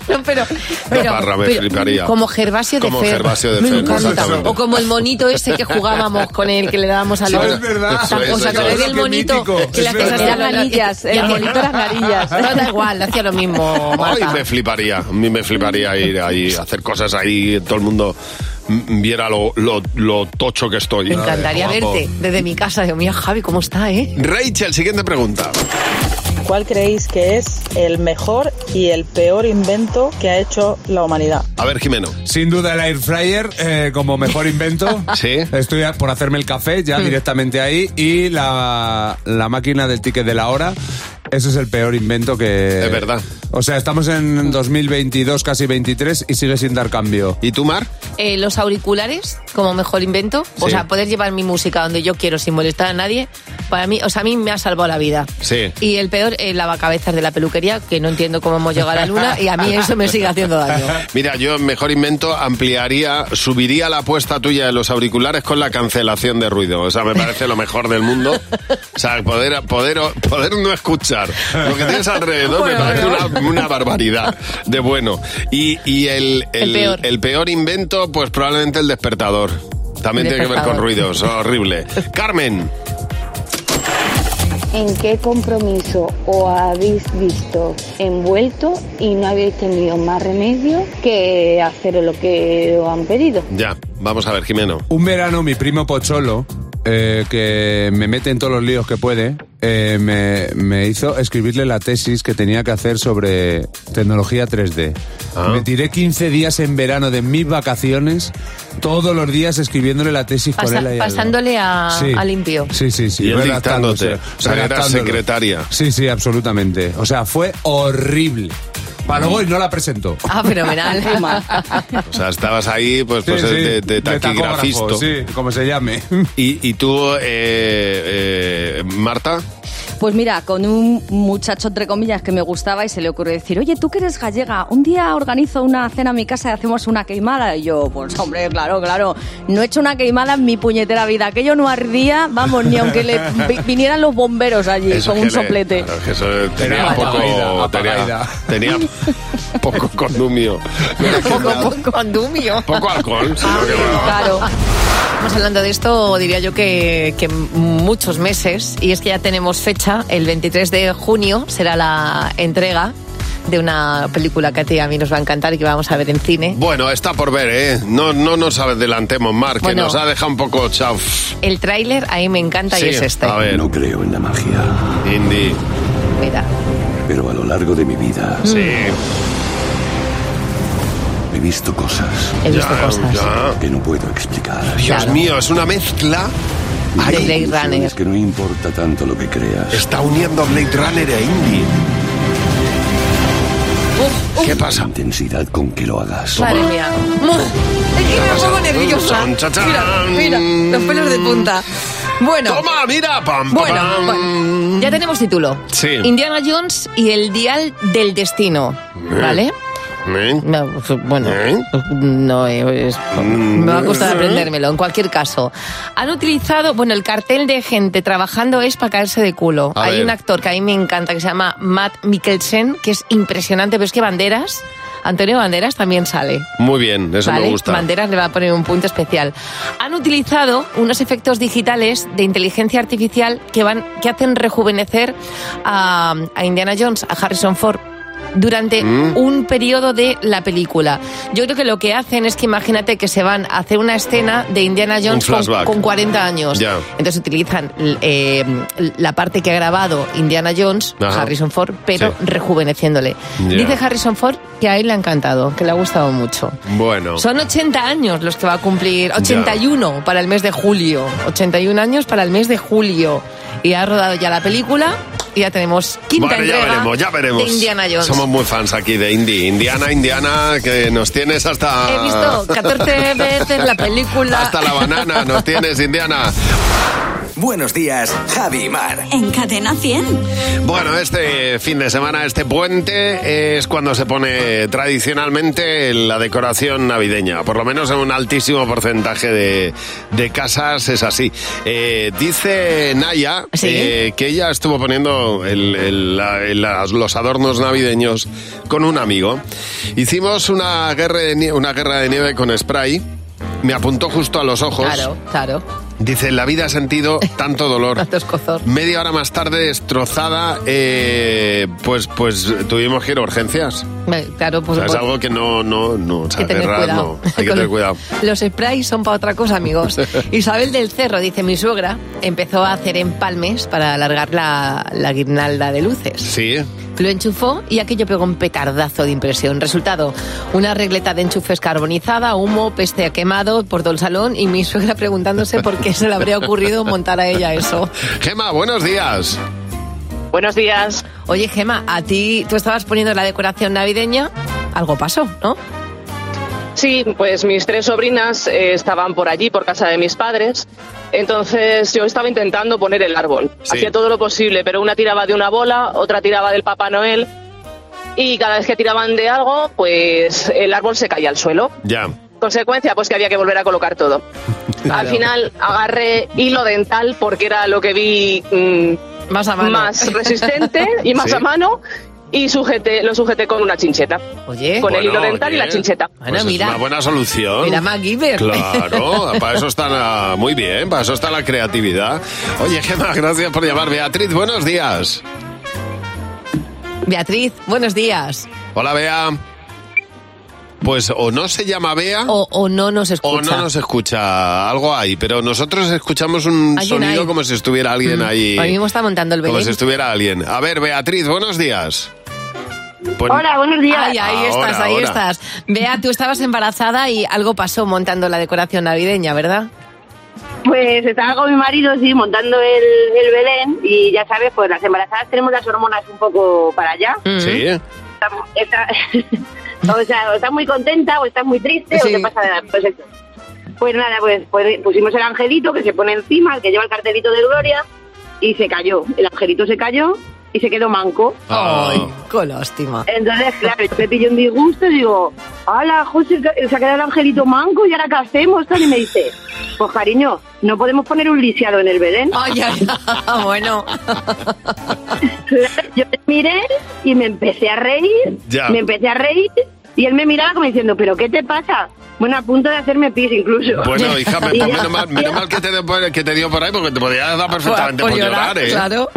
No, pero, pero,
barra me
pero
fliparía.
como Gervasio de
Como
Fer.
Gervasio de
me
Fer,
encanta.
exactamente.
O como el monito ese que jugábamos con el que le dábamos al
Sí,
oro.
es verdad.
O sea,
Eso es,
¿os acordáis
eso es.
del monito
Qué mítico,
que le
es
hacías así
verdad.
a la-
Las anillas, el
Ya, ya.
monito, las narillas.
No, da igual, le hacía lo mismo.
Ay,
Marta.
me fliparía, a mí me fliparía ir ahí, hacer cosas ahí, todo el mundo mm, viera lo, lo- lo tocho que estoy.
Me encantaría
eh, Guapo.
verte desde mi casa. Digo, mira, Javi, ¿cómo está, eh?
Rachel, siguiente pregunta.
¿Cuál creéis que es el mejor y el peor invento que ha hecho la humanidad?
A ver, Jimeno.
Sin duda el air fryer eh, como mejor invento.
Sí. Hmm.
Estoy a- por hacerme el café ya directamente ahí y la, la máquina del ticket de la hora. Eso es el peor invento que...
Es verdad.
O sea, estamos en 2022, casi 23 y sigue sin dar cambio.
¿Y tú, Mar?
Eh, los auriculares como mejor invento. O
Sí.
sea, poder llevar mi música donde yo quiero sin molestar a nadie. Para mí, o sea, a mí me ha salvado la vida.
Sí.
Y el peor, el lavacabezas de la peluquería, que no entiendo cómo hemos llegado a la luna y a mí eso me sigue haciendo daño.
Mira, yo mejor invento ampliaría, subiría la apuesta tuya de los auriculares con la cancelación de ruido. O sea, me parece lo mejor del mundo. O sea, poder, poder, poder no escuchar lo que tienes alrededor me parece una, una barbaridad de bueno. Y, y el,
El peor.
el peor invento, pues probablemente el despertador. También
El
tiene que ver con
despertador.
ruidos, horrible. Carmen.
¿En qué compromiso os habéis visto envuelto y no habéis tenido más remedio que hacer lo que os han pedido?
Ya, vamos a ver, Jimeno.
Un verano mi primo Pocholo, eh, que me mete en todos los líos que puede, eh, me, me hizo escribirle la tesis que tenía que hacer sobre tecnología 3D.
Ah.
Me tiré 15 días en verano de mis vacaciones, todos los días escribiéndole la tesis con
Pasa-
él. ahí al lado.
pasándole a,
Sí.
a limpio.
Sí, sí, sí.
Y él
redactándose,
dictándote. O sea, que eras
redactándolo.
secretaria.
Sí, sí, absolutamente. O sea, fue horrible. Para
Mm.
luego y no la presentó.
Ah, fenomenal.
O sea, estabas ahí, pues,
Sí,
pues
sí,
de, de
de
taquigrafisto.
tacógrafo, sí, como se llame.
¿Y, y tú, eh, eh, Marta?
Pues mira, con un muchacho, entre comillas, que me gustaba y se le ocurrió decir, oye, tú que eres gallega, un día organizo una cena en mi casa y hacemos una queimada. Y yo, pues hombre, claro, claro, no he hecho una queimada en mi puñetera vida. Aquello no ardía, vamos, ni aunque le vi- vinieran los bomberos allí
Eso
con
es
un
que le-
soplete.
claro, que eso tenía
Era
poco,
apagaída,
tenía,
apagaída.
tenía poco condumio.
Poco, poco andumio.
Poco alcohol,
Ah.
sino que bueno.
Claro. Estamos hablando de esto, diría yo que, que muchos meses, y es que ya tenemos fecha, el 23 de junio será la entrega de una película que a ti y a mí nos va a encantar y que vamos a ver en cine.
Bueno, está por ver, ¿eh? No, no nos adelantemos, Mar, que
Bueno.
nos ha dejado un poco chauf.
El tráiler a mí me encanta y es este.
A ver. No creo en la magia. Indy.
Mira.
Pero a lo largo de mi vida.
Sí.
He visto cosas.
He visto Ya, cosas. ya.
Que no puedo explicar.
Dios mío, es una mezcla.
Mm. De Blade Runner.
Es que no importa tanto lo que creas.
Está uniendo a Blade Runner e a Indy. ¿Qué pasa?
La intensidad con que lo hagas.
Madre mía. Es que me pongo nerviosa.
Chan, chan, chan.
Mira, mira, los pelos de punta. Bueno.
Toma, Ah, mira, pam, pam,
Bueno,
pam.
bueno, ya tenemos título.
Sí.
Indiana Jones y el dial del destino. ¿Vale?
Mm. ¿Eh?
No, pues, bueno, no eh, es... Me va a
Eh. Mm.
costar aprendérmelo, en cualquier caso. Han utilizado, bueno, el cartel de gente trabajando es para caerse de culo.
A
Hay
ver.
un actor que a mí me encanta que se llama Matt Mikkelsen, que es impresionante, pero es que Banderas, Antonio Banderas también sale.
Muy bien, Mm, eso
¿vale?
me gusta.
Banderas le va a poner un punto especial. Han utilizado unos efectos digitales de inteligencia artificial que, van, que hacen rejuvenecer a, a Indiana Jones, a Harrison Ford durante
Mm.
un periodo de la película. Yo creo que lo que hacen es que imagínate que se van a hacer una escena de Indiana Jones con,
flashback.
con 40 años.
Ya.
Entonces utilizan l- eh, la parte que ha grabado Indiana Jones,
Ajá.
Harrison Ford, pero
Sí.
rejuveneciéndole.
Ya.
Dice Harrison Ford que a él le ha encantado, que le ha gustado mucho.
Bueno.
Son 80 años los que va a cumplir. 81 para el mes de julio. 81 años para el mes de julio. Y ha rodado ya la película y ya tenemos quinta
Bueno, ya
entrega
veremos, ya veremos.
de Indiana Jones.
Somos muy fans aquí de Indy. Indiana, Indiana, que nos tienes hasta...
He visto 14 veces la película.
Hasta la banana nos tienes, Indiana.
Buenos días, Javi y Mar.
En Cadena 100.
Bueno, este fin de semana, este puente, es cuando se pone tradicionalmente la decoración navideña. Por lo menos en un altísimo porcentaje de, de casas es así. Eh, dice Naya eh, que ella estuvo poniendo el- el- la- el- las- los adornos navideños con un amigo. Hicimos una guerra de nie- una guerra de nieve con spray. Me apuntó justo a los ojos.
Claro, claro.
Dice, en la vida he sentido tanto dolor. Media hora más tarde, destrozada, eh, pues, pues tuvimos que ir a urgencias.
Me- Claro,
O
pues.
sea, es
pues,
algo que no, no, no, o sea,
Hay que tener
guerras
cuidado.
no. Hay que
Con-
tener cuidado.
Los sprays son para otra cosa, amigos. Isabel del Cerro, dice mi suegra, empezó a hacer empalmes para alargar la, la guirnalda de luces.
Sí.
Lo enchufó y aquello pegó un petardazo de impresión. Resultado, una regleta de enchufes carbonizada, humo, peste a quemado por todo el salón y mi suegra preguntándose por qué se le habría ocurrido montar a ella eso.
Gema, buenos días.
Buenos días. Oye, Gema, a ti, tú estabas poniendo la decoración navideña, algo pasó, ¿no?
Sí, pues mis tres sobrinas eh, estaban por allí, por casa de mis padres. Entonces yo estaba intentando poner el árbol.
Sí.
Hacía todo lo posible, pero una tiraba de una bola, otra tiraba del Papá Noel. Y cada vez que tiraban de algo, pues el árbol se caía al suelo.
Ya.
Consecuencia, pues que había que volver a colocar todo. Al final agarré hilo dental porque era lo que vi mm,
más, mano.
resistente y más
Sí.
a mano y sujeté, lo sujeté con una chincheta.
Oye.
Con el
Bueno,
hilo dental y la
oye.
chincheta.
Pues es una buena solución.
¿Eh? Mira, MacGyver.
Claro, para eso está la- muy bien, para eso está la creatividad. Oye, Gema, gracias por llamar. Beatriz, buenos días.
Beatriz, buenos días.
Hola, Bea. pues o no se llama Bea
O, o no nos
o
escucha.
no nos escucha. Algo hay, pero nosotros escuchamos un
Alguien
sonido
hay.
como si estuviera alguien ahí.
Ahora mismo está montando el
Como
Belén.
si estuviera alguien. A ver, Beatriz, buenos días. Pues Pon-
buenos días. Ay, ahí
Ahora,
estás, ahí
ahora.
estás. Bea, tú estabas embarazada y algo pasó montando la decoración navideña, ¿verdad?
Pues estaba con mi marido, sí, montando el, el Belén y ya sabes, pues las embarazadas tenemos las hormonas un poco para allá.
Mm. Sí.
Estamos- está- o sea, o estás muy contenta o estás muy triste o te pasa de nada. Pues, eso. Pues nada, pues, pues pusimos el angelito que se pone encima, el que lleva el cartelito de gloria y se cayó. El angelito se cayó y se quedó manco.
Ah.
Ay, qué lástima.
Entonces, claro, yo me pillé un disgusto y digo, ¡Hala, José, se ha quedado el angelito manco y ahora qué hacemos! Tal, y me dice, pues cariño, no podemos poner un lisiado en el Belén.
Ay, Ah, bueno.
yo le miré y me empecé a reír,
Ya.
me empecé a reír y él me miraba como diciendo, ¿pero qué te pasa? Bueno, a punto de hacerme pis incluso.
Bueno, hija, me-
Y
pues
ya-
menos mal, menos mal que, te, dio por- que te dio por ahí, porque te podías dar perfectamente por, llorar, ¿eh?
Claro,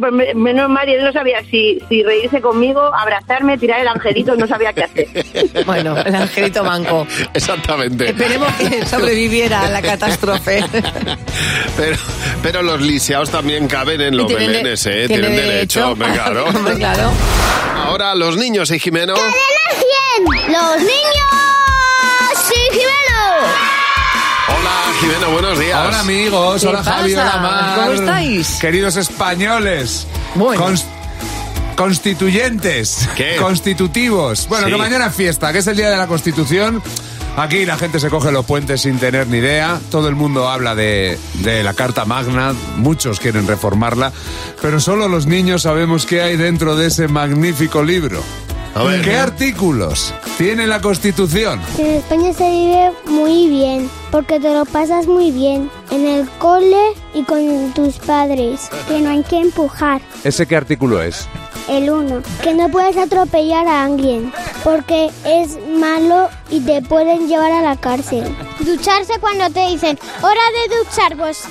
pues me- menos mal, y él no sabía si, si reírse conmigo, abrazarme, tirar el angelito, no sabía qué hacer.
Bueno, el angelito manco.
Exactamente.
Esperemos que sobreviviera a la catástrofe.
Pero, pero los lisiados también caben en los
tienen de-
belenes, ¿eh?
tienen
Tienen derecho,
derecho.
hombre, claro.
Hombre, claro.
Ahora los niños y Jimeno.
¡Los niños! ¡Sí,
Hola, Jimeno, buenos días.
Hola amigos,
¿Qué
hola Javi,
pasa?
hola Mar.
¿Cómo
estáis? Queridos españoles. Cons- constituyentes. Constitutivos. Bueno,
Sí.
que mañana es fiesta, que es el día de la Constitución. Aquí la gente se coge los puentes sin tener ni idea. Todo el mundo habla de, de la Carta Magna. Muchos quieren reformarla. Pero solo los niños sabemos qué hay dentro de ese magnífico libro.
ver.
¿Qué artículos tiene la Constitución?
En España se vive muy bien, porque te lo pasas muy bien en el cole y con tus padres, que no hay que empujar.
¿Ese qué artículo es?
El uno, que no puedes atropellar a alguien, porque es malo y te pueden llevar a la cárcel. Ducharse cuando te dicen, hora de duchar, pues,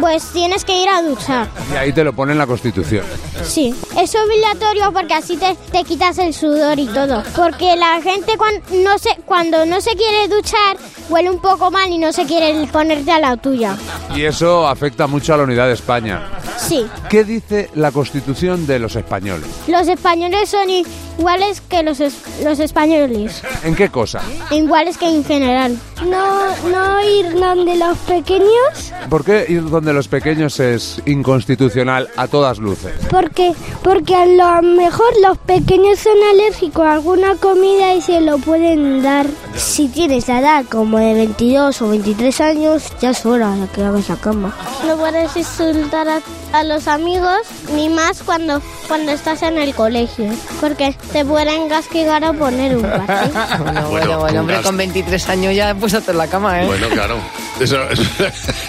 pues tienes que ir a duchar.
Y ahí te lo pone en la Constitución.
Sí, es obligatorio porque así te, te quitas el sudor y todo. Porque la gente cuan- no se, cuando no se quiere duchar huele un poco mal y no se quiere ponerte a la tuya.
Y eso afecta mucho a la unidad de España.
Sí,
¿Qué dice la Constitución de los españoles?
los españoles son i- iguales que los, es- los españoles.
¿En qué cosa?
Iguales que en general. No, no ir donde los pequeños
¿Por qué ir donde los pequeños es inconstitucional a todas luces?
porque, porque a lo mejor los pequeños son alérgicos a alguna comida y se lo pueden dar. Si tienes la edad como de 22 o 23 años, ya es hora de que hagas la cama. No puedes insultar a, a los amigos ni más cuando, cuando estás en el colegio, porque te pueden castigar o poner un par.
Bueno, bueno,
un
bueno, hombre,
gas-
con 23 años ya puedes hacer la cama, ¿eh?
Bueno, claro. Eso...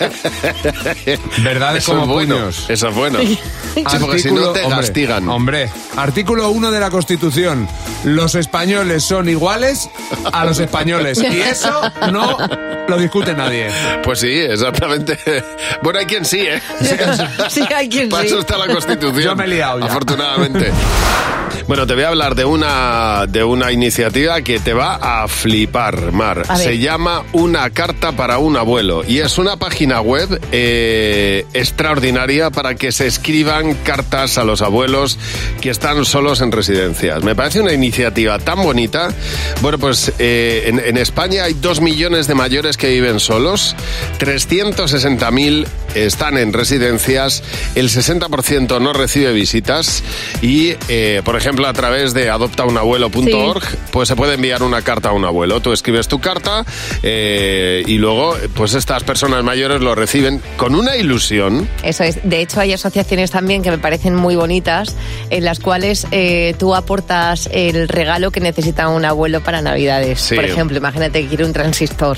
Verdades
Eso
como
es bueno.
puños.
Eso es bueno. Sí, porque si no te
hombre,
castigan.
Hombre, artículo 1 de la Constitución. Los españoles son iguales a los españoles. Y eso no lo discute nadie.
Pues sí, exactamente. Bueno, hay quien sí, ¿eh?
Sí, hay quien
Para
sí.
eso está la Constitución.
Yo me he liado ya.
Afortunadamente. Bueno, te voy a hablar de una, de una iniciativa que te va a flipar, Mar.
A ver.
Se llama Una carta para un abuelo y es una página web eh, extraordinaria para que se escriban cartas a los abuelos que están solos en residencias. Me parece una iniciativa tan bonita. Bueno, pues eh, en, en España hay dos millones de mayores que viven solos, 360.000 están en residencias, el 60% no recibe visitas y, eh, por ejemplo, a través de adoptaunabuelo.org, pues se puede enviar una carta a un abuelo. Tú escribes tu carta eh, y luego, pues estas personas mayores lo reciben con una ilusión.
Eso es. De hecho, hay asociaciones también que me parecen muy bonitas, en las cuales eh, tú aportas el regalo que necesita un abuelo para Navidades.
Sí.
Por ejemplo, imagínate que quiere un transistor,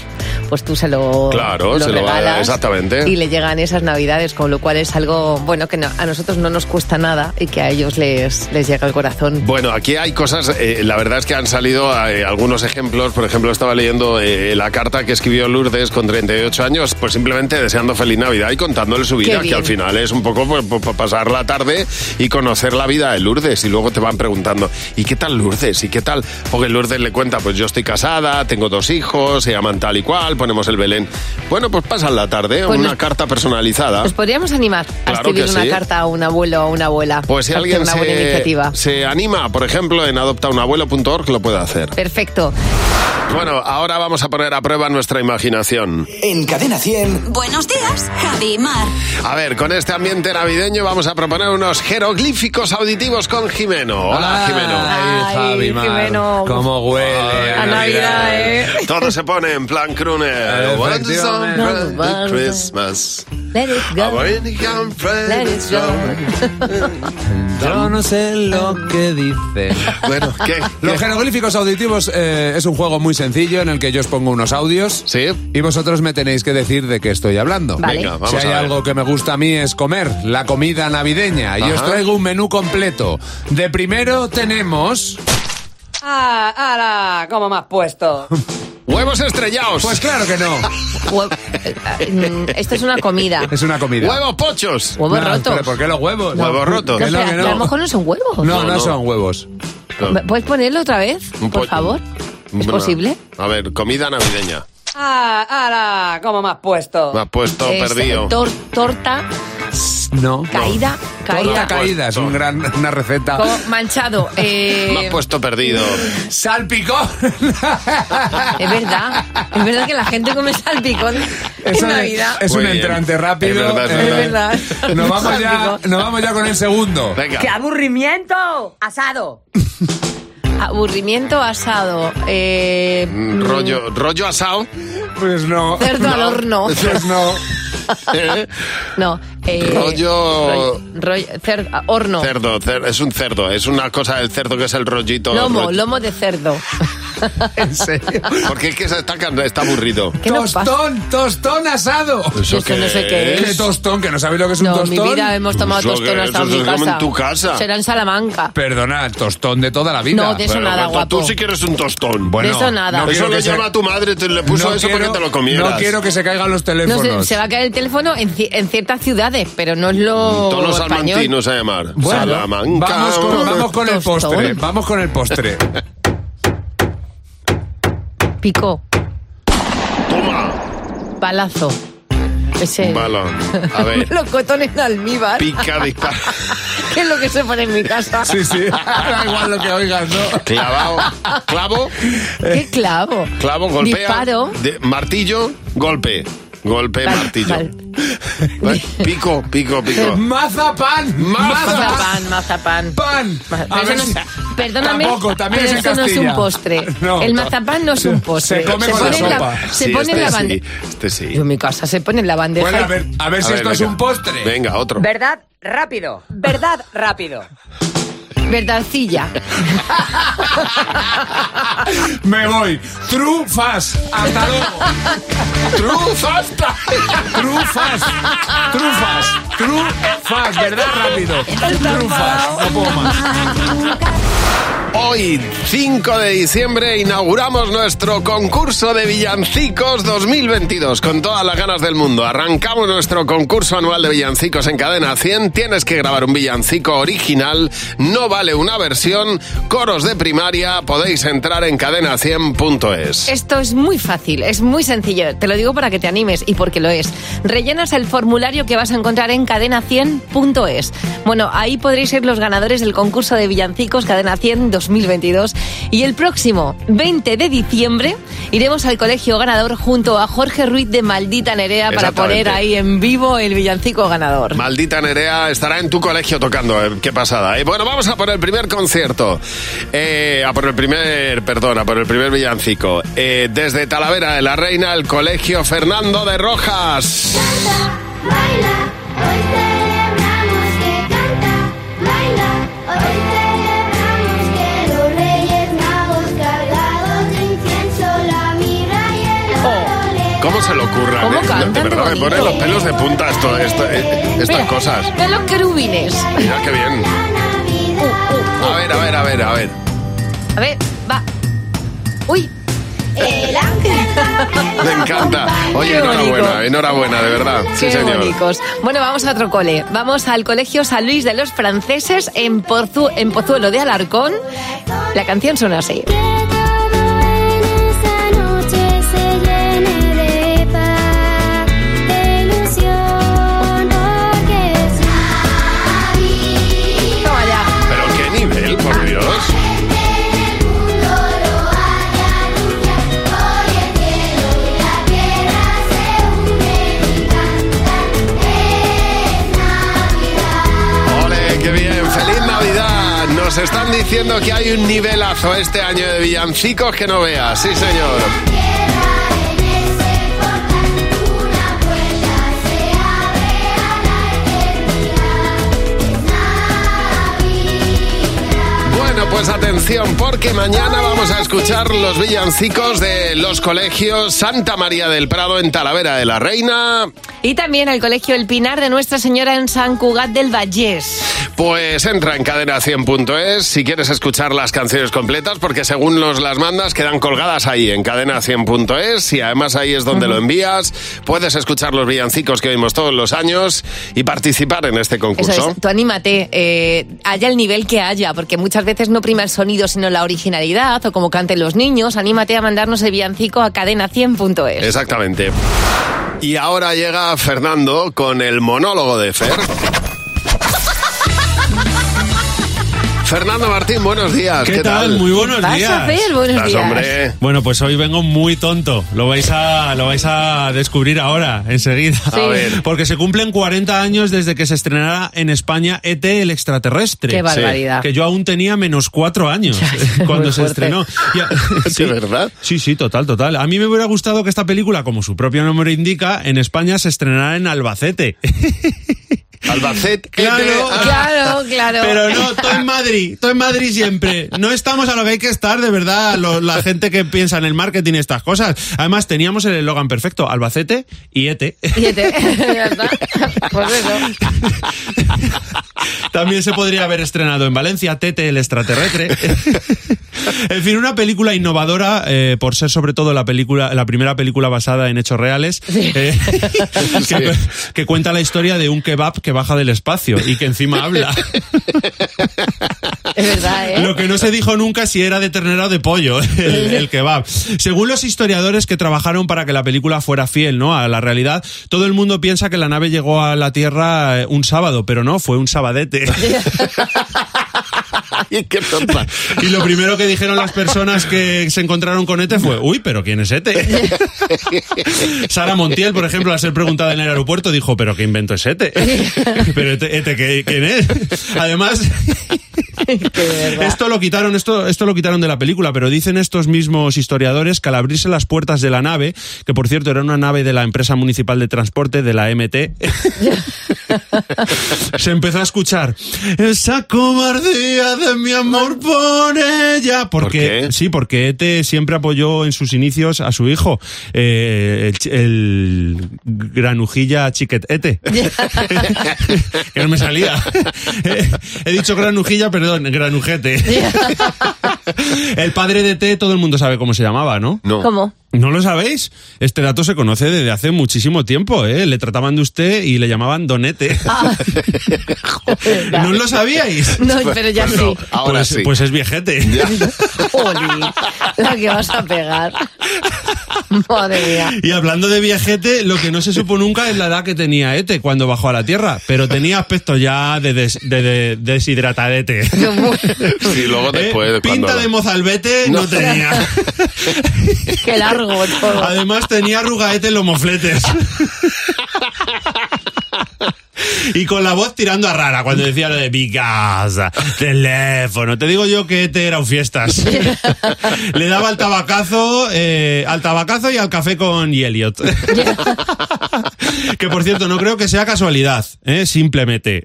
pues tú se lo,
Claro, se lo va a-
regalas
exactamente.
y le llegan esas Navidades, con lo cual es algo bueno que no- a nosotros no nos cuesta nada y que a ellos les, les llega al corazón. corazón.
Bueno, aquí hay cosas, eh, la verdad es que han salido eh, algunos ejemplos, por ejemplo estaba leyendo eh, la carta que escribió Lourdes con 38 años, pues simplemente deseando feliz Navidad y contándole su
Qué
vida,
bien.
que al final es un poco pues, pues, pa- pasar la tarde y conocer la vida de Lourdes y luego te van preguntando, ¿y qué tal Lourdes? ¿Y qué tal? Porque Lourdes le cuenta, pues yo estoy casada, tengo dos hijos, se llaman tal y cual, ponemos el Belén. Bueno, pues pasan la tarde,
Pues
una
nos- Pues
carta personalizada.
Nos podríamos animar a
Claro
escribir
que
una
sí.
carta a un abuelo o una abuela.
Pues si
Parece
alguien
una buena
se,
iniciativa.
se anima, por ejemplo, en adoptaunabuelo.org lo puede hacer.
Perfecto.
Bueno, ahora vamos a poner a prueba nuestra imaginación.
En Cadena 100.
Buenos días, Javi y Mar.
A ver, con este ambiente navideño vamos a proponer unos jeroglíficos auditivos con Jimeno. Hola, Jimeno.
Ay, Javi, Mar,
Jimeno.
cómo huele.
A Navidad, ¿eh? Todo se pone en plan crooner. Want some
Efectivamente.
Merry Christmas.
Let it
go. A very young friend.
Let it
Yo no sé lo que dice.
Bueno, ¿qué?
Los jeroglíficos auditivos eh, es un juego muy sencillo en el que yo os pongo unos audios.
Sí.
Y vosotros me tenéis que decir de qué estoy hablando.
Vale. Venga, vamos
si hay
a ver.
algo que me gusta a mí es comer, la comida navideña. Y os
Ajá.
traigo un menú completo. De primero tenemos.
¡Ah, ala! ¿Cómo me has puesto?
¡Huevos estrellados!
Pues claro que no.
Mm, Esto es una comida.
Es una comida.
¡Huevos pochos!
Huevos
No,
rotos.
pero ¿Por qué los huevos?
Huevos rotos.
Que no,
Pero
que
a lo
no.
mejor no son huevos.
No, no son huevos.
¿Me- ¿Puedes ponerlo otra vez,
Un
por
pollo.
favor? ¿Es
Bueno,
posible?
A ver, comida navideña.
¡Ah, ala! ¿Cómo me has puesto?
Me has puesto
Es,
perdido.
Este, tor- torta,
No.
caída,
Torta
caída.
caída es un gran, una receta.
Co- manchado. eh,
Me has puesto perdido.
¡Salpicón!
es verdad. Es verdad que la gente come salpicón en
Eso es-
Navidad.
es un
Muy bien.
entrante rápido.
Es verdad, es
Eh,
verdad.
Nos vamos, ya, nos vamos ya con el segundo.
Venga.
¡Qué aburrimiento! ¡Asado!
Aburrimiento asado. eh,
Mm, Rollo, rollo asado.
Pues no.
Cerdo al horno.
Pues no.
Eh,
No. eh,
Rollo-
rollo- rollo- cer- ah, horno.
Cerdo, cer- es un cerdo, es una cosa del cerdo que es el rollito.
lomo,
rollo-
lomo de cerdo.
¿En serio?
Porque es que se está, can- está aburrido.
¿Qué nos pasa?
Tostón, tostón asado.
¿Eso Yo qué no sé qué es?
¿Qué tostón? ¿Que no sabéis lo que es un
No, en mi
tostón?
vida hemos tomado
Eso
tostón
que-
hasta
eso
en
se
mi
come en
casa.
tu casa.
Será en Salamanca.
Perdona, tostón de toda la vida.
No, de eso Pero, nada, Alberto, tú guapo. sí
quieres un tostón.
Bueno,
De eso nada.
no
Eso
quiero
Eso
que
lo
se-
llama a tu madre, te le puso
no
eso
quiero-
para que te lo comieras.
No quiero que se caigan los
No
teléfonos.
sé, se va a caer el teléfono en, ci- en ciertas ciudades, pero no es lo
Todos los
español.
salmantinos a llamar.
Bueno,
Salamanca.
Vamos con, vamos con el
Tostón.
postre. Vamos con el postre.
Picó,
Toma.
balazo. Ese.
Bala. A ver.
Melocotón en almíbar.
Pica, dispara.
que es lo que se pone en mi casa.
Sí, sí. Da igual lo que oigas, ¿no?
Clavado. Clavo.
Qué clavo.
Clavo, golpea.
Disparo.
De- martillo, golpe. Golpe,
Vale,
martillo.
vale.
Vale, Pico, pico, pico.
¡Mazapán!
Mazapán, mazapán.
¡Pan! A
Eso
ver
no es-
si-
perdóname,
Tampoco, también
pero
es en
eso no es
Castilla.
un postre.
No.
el mazapán no es un postre.
Se come con la
pone en
sopa.
se
Sí,
pone en la
este sí,
bandeja.
este sí.
Yo en mi casa se pone en la bandeja.
Bueno, a ver, a ver
A
si
ver,
esto es
venga.
un postre.
Venga, otro.
¿Verdad? Rápido. ¿Verdad? Rápido.
Verdadcilla.
Me voy. Trufas. Hasta luego. Trufas. Trufas. Trufas. Trufas. ¿Verdad? Rápido. Trufas. No puedo más.
Hoy, 5 de diciembre, inauguramos nuestro concurso de villancicos 2022 con todas las ganas del mundo. Arrancamos nuestro concurso anual de villancicos en cadena 100. Tienes que grabar un villancico original, no vale una versión, coros de primaria, podéis entrar en cadena100.es.
Esto es muy fácil, es muy sencillo. Te lo digo para que te animes y porque lo es. Rellenas el formulario que vas a encontrar en cadena100.es. Bueno, ahí podréis ser los ganadores del concurso de villancicos Cadena 100 2022. Y el próximo 20 de diciembre iremos al colegio ganador junto a Jorge Ruiz de Maldita Nerea para
Exactamente.
poner ahí en vivo el villancico ganador.
Maldita Nerea estará en tu colegio tocando. eh, Qué pasada. eh. Bueno, vamos a por el primer concierto. Eh, a por el primer, perdón, a por el primer villancico. Eh, desde Talavera de la Reina, el colegio Fernando de Rojas. ¿Cómo se le ocurra?
¿Cómo
eh?
cantan
de
de
verdad me
bonito?
ponen los pelos de punta esto, esto, eh, estas
Mira,
cosas.
Ve los querubines.
Mira qué bien.
Uh, uh.
A ver, a ver, a ver, a ver.
A ver, va. Uy. El ángel.
Me encanta. Oye,
Qué
enhorabuena,
bonito.
enhorabuena, de verdad. Sí,
Qué
señor.
bonicos. Bueno, vamos a otro cole. Vamos al Colegio San Luis de los Franceses en, Porzu- en Pozuelo de Alarcón. La canción suena así.
Esta noche se llene de paz, de ilusión, porque es Navidad.
Pero qué nivel, por Dios. Ole, qué bien. Feliz Navidad. Nos están diciendo que hay un nivelazo este año de villancicos que no veas. Sí, señor. Bueno, pues atención, porque mañana vamos a escuchar los villancicos de los colegios Santa María del Prado en Talavera de la Reina.
Y también al Colegio El Pinar de Nuestra Señora en San Cugat del Vallés.
Pues entra en cadena100.es si quieres escuchar las canciones completas, porque según nos las mandas quedan colgadas ahí en cadena100.es y además ahí es donde lo envías. Puedes escuchar los villancicos que oímos todos los años y participar en este concurso.
Eso es, tú anímate, eh, haya el nivel que haya, porque muchas veces no prima el sonido, sino la originalidad o como canten los niños. Anímate a mandarnos el villancico a cadena100.es.
Exactamente. Y ahora llega Fernando con el monólogo de Fer. Fernando Martín, buenos días. ¿Qué,
¿Qué tal? Muy buenos ¿Qué pasa, días. Fer? Buenos
¿Estás,
días.
hombre?
Bueno, pues hoy vengo muy tonto. Lo vais a, lo vais a descubrir ahora, enseguida.
A ver.
Porque se cumplen 40 años desde que se estrenara en España ET el extraterrestre.
Qué barbaridad.
Que yo aún tenía menos cuatro años eh,
muy
cuando se
fuerte.
estrenó. verdad? Sí, sí, total, total. A mí me hubiera gustado que esta película, como su propio nombre indica, en España se estrenara en Albacete.
Albacete.
Claro,
Claro, claro.
Ah, Pero no, todo en Madrid, todo en Madrid siempre. No estamos a lo que hay que estar, de verdad, lo- la gente que piensa en el marketing y estas cosas. Además, teníamos el eslogan perfecto, Albacete y E ETE.
Siete. Ya está. pues eso.
También se podría haber estrenado en Valencia, Tete el extraterrestre. en fin, una película innovadora eh, por ser sobre todo la película, la primera película basada en hechos reales, eh, que, que cuenta la historia de un kebab que baja del espacio y que encima habla.
Es verdad, ¿eh?
Lo que no se dijo nunca si era de ternera o de pollo, el, el kebab. Según los historiadores que trabajaron para que la película fuera fiel ¿no? a la realidad, todo el mundo piensa que la nave llegó a la Tierra eh, un sábado, pero no, fue un sabadete. y lo primero que dijeron las personas que se encontraron con ETE fue, uy, pero ¿quién es ETE? Sara Montiel, por ejemplo, al ser preguntada en el aeropuerto, dijo, pero ¿qué invento es ETE? pero E ETE, ETE, ¿qué- ¿quién es? Además, esto lo quitaron, esto, esto lo quitaron de la película, pero dicen estos mismos historiadores que al abrirse las puertas de la nave, que por cierto era una nave de la empresa municipal de transporte de la MT, se empezó a escuchar esa cobardía de mi amor por ella, porque sí, porque ET siempre apoyó en sus inicios a su hijo, eh, el, ch- el granujilla chiquet ET. que no me salía. Eh, He dicho granujilla, perdón, granujete. El padre de T, todo el mundo sabe cómo se llamaba, ¿no? No.
¿Cómo?
¿No lo sabéis? Este dato se conoce desde hace muchísimo tiempo, ¿eh? Le trataban de usted y le llamaban E Donete. ¿No lo sabíais?
No, pero ya Pues no, sí.
ahora
pues,
sí.
pues es viejete.
Jolín, la que vas a pegar. Madre mía.
Y hablando de viejete, lo que no se supo nunca es la edad que tenía Ete cuando bajó a la Tierra, pero tenía aspecto ya de, des- de- de- deshidratadete.
Sí, luego después. cuando-
Eh, Pinta de mozalbete no, tenía.
Qué largo todo.
Además tenía arrugaete en los mofletes. Y con la voz tirando a rara cuando decía lo de mi casa, teléfono. Te digo yo que Ete era un fiestas. Le daba al tabacazo, eh, al tabacazo y al café con y Elliot. que por cierto, no creo que sea casualidad, ¿eh? simplemente.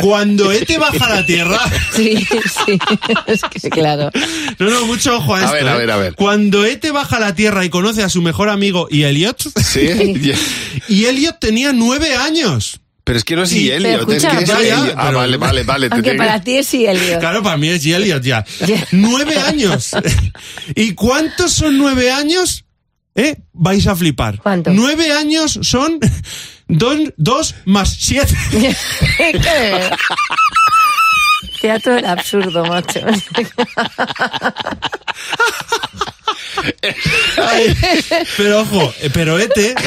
Cuando Ete baja a la tierra.
Sí, sí. Es que claro.
No, no, mucho ojo a
A
esto.
ver, a
¿eh?
ver, a ver.
Cuando Ete baja a la Tierra y conoce a su mejor amigo y Elliot.
Sí.
y Elliot tenía nueve años.
Pero es que no es
Sí,
E. Elliot,
pero
es que
escucha,
es
pero-
E. Elliot. Ah,
Pero-
vale, vale, vale. te
Aunque
tengo-
para ti es sí, Elliot.
Claro, para mí es G. Elliot ya. Nueve años. ¿Y cuántos son nueve años? ¿Eh? Vais a flipar. ¿Cuántos? Nueve años son dos, dos más siete.
¿Qué? Teatro del absurdo, macho.
Pero ojo, eh, pero Ete.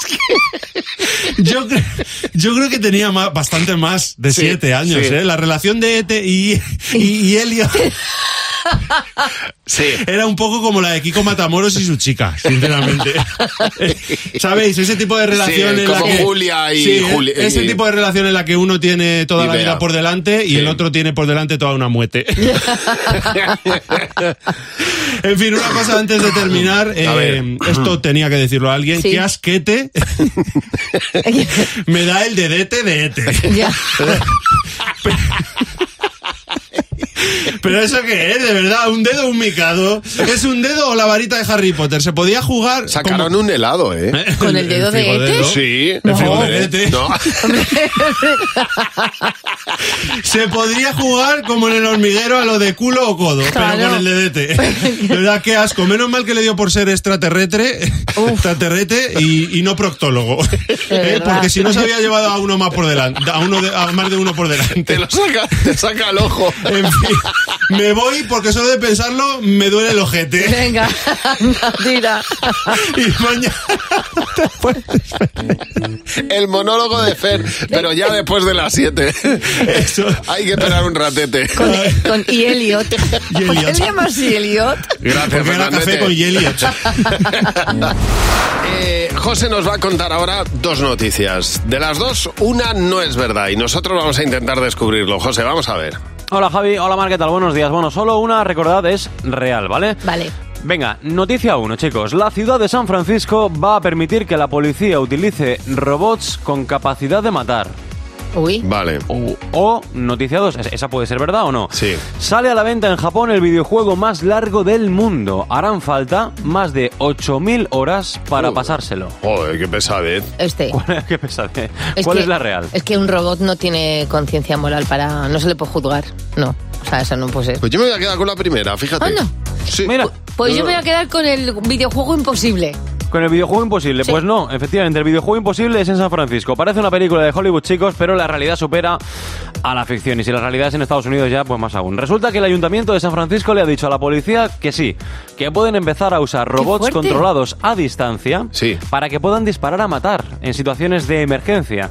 Yo, cre- yo creo que tenía ma- bastante más de
Sí,
siete años,
sí.
¿eh? La relación de Ete y, y, y Elliot era un poco como la de Kiko Matamoros y su chica, sinceramente. ¿Sabéis? Ese tipo de relación
Sí,
en la
como
que-
Julia y
Sí, ¿eh?
Juli-
Ese
y-
tipo de relación en la que uno tiene toda
Y
la
Bea.
vida por delante y
Sí.
el otro tiene por delante toda una muerte. En fin, una cosa antes de terminar.
A ver.
eh, esto tenía que decirlo a alguien.
Sí.
que asquete me da el dedete de E Ete.
Ya.
Pero eso qué es, de verdad, un dedo un micado. ¿Es un dedo o la varita de Harry Potter? Se podía jugar.
Sacaron un helado, ¿eh?
¿Con el dedo de E
frigodero.
Ete?
Sí, el
No.
frigodelete. No.
Se podría jugar como en el hormiguero a lo de culo o codo, pero
Claro.
con el dedete. De verdad, qué asco. Menos mal que le dio por ser extraterrestre, extraterrete y, y no proctólogo. ¿Eh?
verdad.
Porque si no se había llevado a uno más por delante, a uno de- a más de uno por delante.
Te lo saca, te saca el ojo.
En fin, me voy porque solo de pensarlo me duele el ojete.
Venga, anda, tira.
Y mañana
El monólogo de Fer, pero ya después de las 7. Hay que esperar un ratete.
Con, con y Elliot.
Y Elliot.
¿Por qué se llama así Elliot?
Gracias,
Porque era
Fernandete.
café con hielo.
Eh, José nos va a contar ahora dos noticias. De las dos, una no es verdad y nosotros vamos a intentar descubrirlo. José, vamos a ver.
Hola Javi, hola Mar, ¿qué tal? Buenos días. Bueno, solo una, recordad, es real, ¿vale?
Vale.
Venga, noticia 1, chicos. La ciudad de San Francisco va a permitir que la policía utilice robots con capacidad de matar.
Uy.
Vale.
O, o noticia 2, es- esa puede ser verdad o no.
Sí.
Sale a la venta en Japón el videojuego más largo del mundo. Harán falta más de 8.000 horas para pasárselo.
Joder, qué pesadez.
Este.
qué pesadez. ¿Cuál
que-
es la real?
Es que un robot no tiene conciencia moral para. No se le puede juzgar. No. O sea, eso no puede ser.
Pues yo me voy a quedar con la primera, fíjate.
Mira,
Pues yo me voy a quedar con el videojuego imposible.
Con el videojuego imposible, pues no, efectivamente, el videojuego imposible es en San Francisco. Parece una película de Hollywood, chicos, pero la realidad supera a la ficción. Y si la realidad es en Estados Unidos, ya, pues más aún. Resulta que el ayuntamiento de San Francisco le ha dicho a la policía que sí, que pueden empezar a usar robots
fuerte!
controlados a distancia para que puedan disparar a matar en situaciones de emergencia.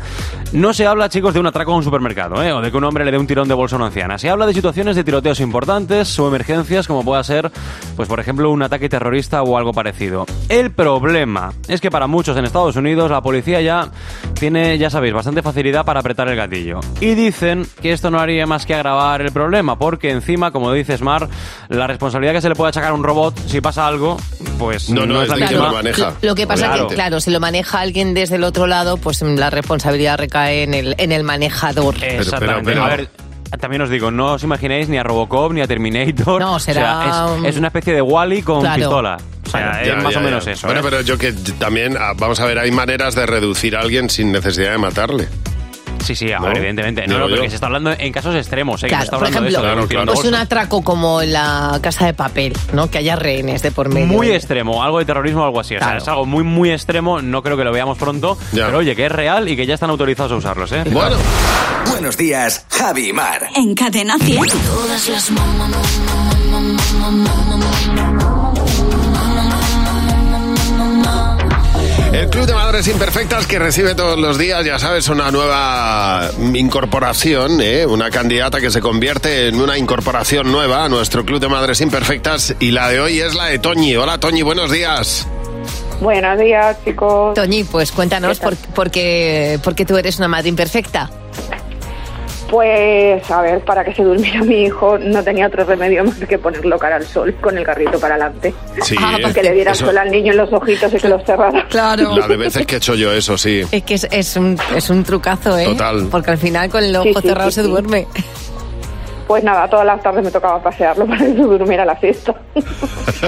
No se habla, chicos, de un atraco a un supermercado, ¿eh? o de que un hombre le dé un tirón de bolsa a una anciana. Se habla de situaciones de tiroteos importantes o emergencias, como pueda ser, pues por ejemplo, un ataque terrorista o algo parecido. El problema es que para muchos en Estados Unidos la policía ya tiene, ya sabéis, bastante facilidad para apretar el gatillo. Y dicen que esto no haría más que agravar el problema, porque encima, como dice Smart, la responsabilidad que se le puede achacar a un robot si pasa algo, pues
No, no, es
la
de quien
misma.
lo maneja.
Lo que pasa es que, claro, si lo maneja alguien desde el otro lado, pues mm, la responsabilidad recae en el, en el manejador.
Exactamente. A ver, también os digo, no os imaginéis ni a Robocop ni a Terminator. No,
será un-
es, es una especie de Wally con
Claro.
pistola. O sea,
Claro.
es
Ya,
más
ya,
o
ya.
menos eso.
Bueno,
¿eh?
pero yo que también, ah, vamos a ver, hay maneras de reducir a alguien sin necesidad de matarle.
Sí, sí, a ver, evidentemente. No,
Digo
no, pero
yo.
que se está hablando en casos extremos, ¿eh? que
Claro,
se está
por
hablando
ejemplo,
de eso. de reducción
pues
de
un atraco como en la casa de papel, ¿no? Que haya rehenes de por medio.
muy extremo, algo de terrorismo o algo así. O sea,
Claro.
es algo muy, muy extremo. No creo que lo veamos pronto. Pero oye, que es real y que ya están autorizados a usarlos, ¿eh?
Bueno. Buenos días, Javi Mar.
En cadena 100.
Todas las mamá, mamá,
El Club de Madres Imperfectas que recibe todos los días, ya sabes, una nueva incorporación, ¿eh? una candidata que se convierte en una incorporación nueva a nuestro Club de Madres Imperfectas y la de hoy es la de Toñi. Hola Toñi, buenos días.
Buenos días, chicos. Toñi, pues cuéntanos por, por qué, por qué tú eres una madre imperfecta.
Pues, a ver, para que se durmiera mi hijo no tenía otro remedio más que ponerlo cara al sol con el carrito para adelante. Ah,
Sí,
que le diera
eso-
sol al niño en los ojitos y que los cerrara.
Claro.
La de veces que he hecho yo eso, sí.
Es que es, es un, es un trucazo, ¿eh?
Total.
Porque al final con el ojo
Sí, sí,
cerrado
sí,
se
sí.
duerme.
Pues nada, todas las tardes me tocaba pasearlo para que se durmiera la siesta.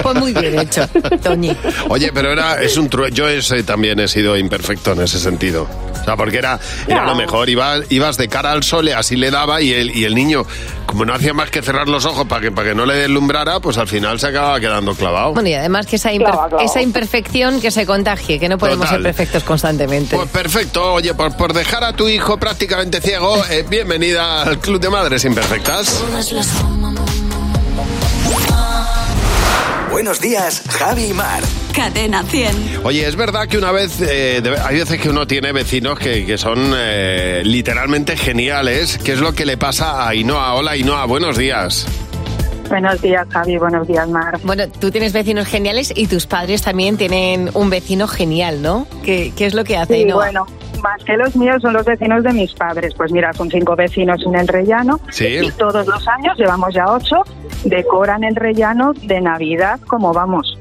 Pues muy bien hecho, Toñi.
Oye, pero era, es un true- Yo ese también he sido imperfecto en ese sentido. O sea, porque era, era
No.
lo mejor. Iba- ibas de cara al sol, así le daba, y el, y el niño, como no hacía más que cerrar los ojos para que, para que no le deslumbrara, pues al final se acababa quedando clavado.
Bueno, y además que esa, imper- esa imperfección que se contagie, que no podemos ser
Total.
perfectos constantemente.
Pues perfecto, oye, por, por dejar a tu hijo prácticamente ciego, eh, bienvenida al Club de Madres Imperfectas.
Buenos días, Javi y Mar.
Cadena 100.
Oye, es verdad que una vez, eh, de- hay veces que uno tiene vecinos que, que son eh, literalmente geniales, que es lo que le pasa a Ainhoa. Hola Ainhoa, buenos días.
Buenos días, Javi. Buenos días, Mar. Bueno, tú tienes vecinos geniales y tus padres también tienen un vecino genial, ¿no? ¿Qué, qué es lo que hace?
Sí,
Ainhoa?
bueno, más que los míos son los vecinos de mis padres. Pues mira, son cinco vecinos en el rellano.
Sí.
Y todos los años, llevamos ya ocho, decoran el rellano de Navidad como vamos,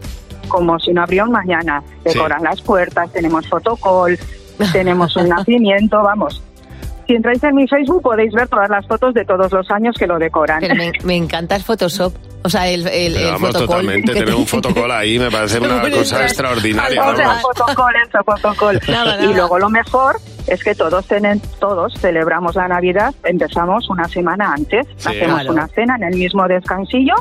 como si no habría un mañana. Decoran las puertas, tenemos fotocall, tenemos un nacimiento, vamos. Si entráis en mi Facebook podéis ver todas las fotos de todos los años que lo decoran.
Pero me, me encanta el Photoshop. O sea, el, el,
Pero
el
vamos,
fotocall
totalmente,
que
tener
te-
un fotocol ahí me parece una cosa extraordinaria.
O sea,
vamos.
fotocol, eso, fotocol. eh, Y luego lo mejor es que todos tienen, todos celebramos la Navidad, empezamos una semana antes,
Sí.
hacemos
Claro.
una cena en el mismo descansillo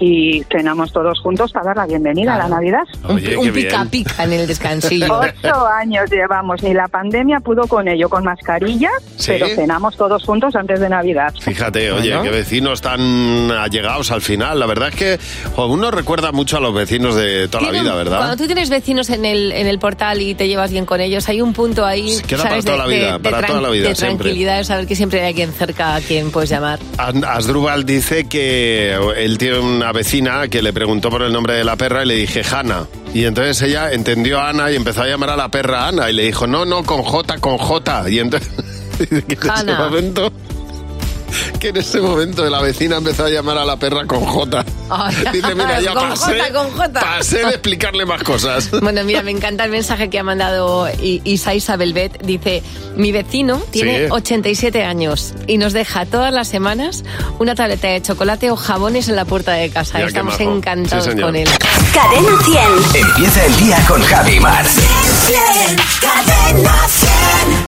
y cenamos todos juntos para dar la bienvenida a la Navidad.
Oye,
un
qué bien.
pica pica en el descansillo.
Ocho años llevamos, ni la pandemia pudo con ello, con mascarillas,
Sí.
pero cenamos todos juntos antes de Navidad.
Fíjate, oye,
Bueno.
qué vecinos tan allegados al final. La verdad es que jo, uno recuerda mucho a los vecinos de toda la
Tiene un-
vida, ¿verdad?
Cuando tú tienes vecinos en el, en el portal y te llevas bien con ellos, hay un punto ahí
Se queda para
¿sabes?
toda
de-
la vida,
de- de
para
tran-
toda la vida,
de
siempre.
tranquilidad, de saber que siempre hay alguien cerca a quien puedes llamar.
And- Asdrúbal dice que él tiene una vecina que le preguntó por el nombre de la perra y le dije Hanna. Y entonces ella entendió a Ana y empezó a llamar a la perra Ana y le dijo, no, no, con J, con J. Y entonces dice que en ese
Hanna.
momento... Que en ese momento la vecina empezó a llamar a la perra con J. Dice, mira, ya
con
pasé,
J, con J.
pasé de explicarle más cosas.
Bueno, mira, me encanta el mensaje que ha mandado I- Isa Isabelbet. Dice, mi vecino tiene
Sí.
87 años y nos deja todas las semanas una tableta de chocolate o jabones en la puerta de casa.
Ya, qué
Estamos
majo.
encantados
Sí, señor.
con él.
Cadena 100.
Empieza el día con Javi y Mar.
Bien, bien.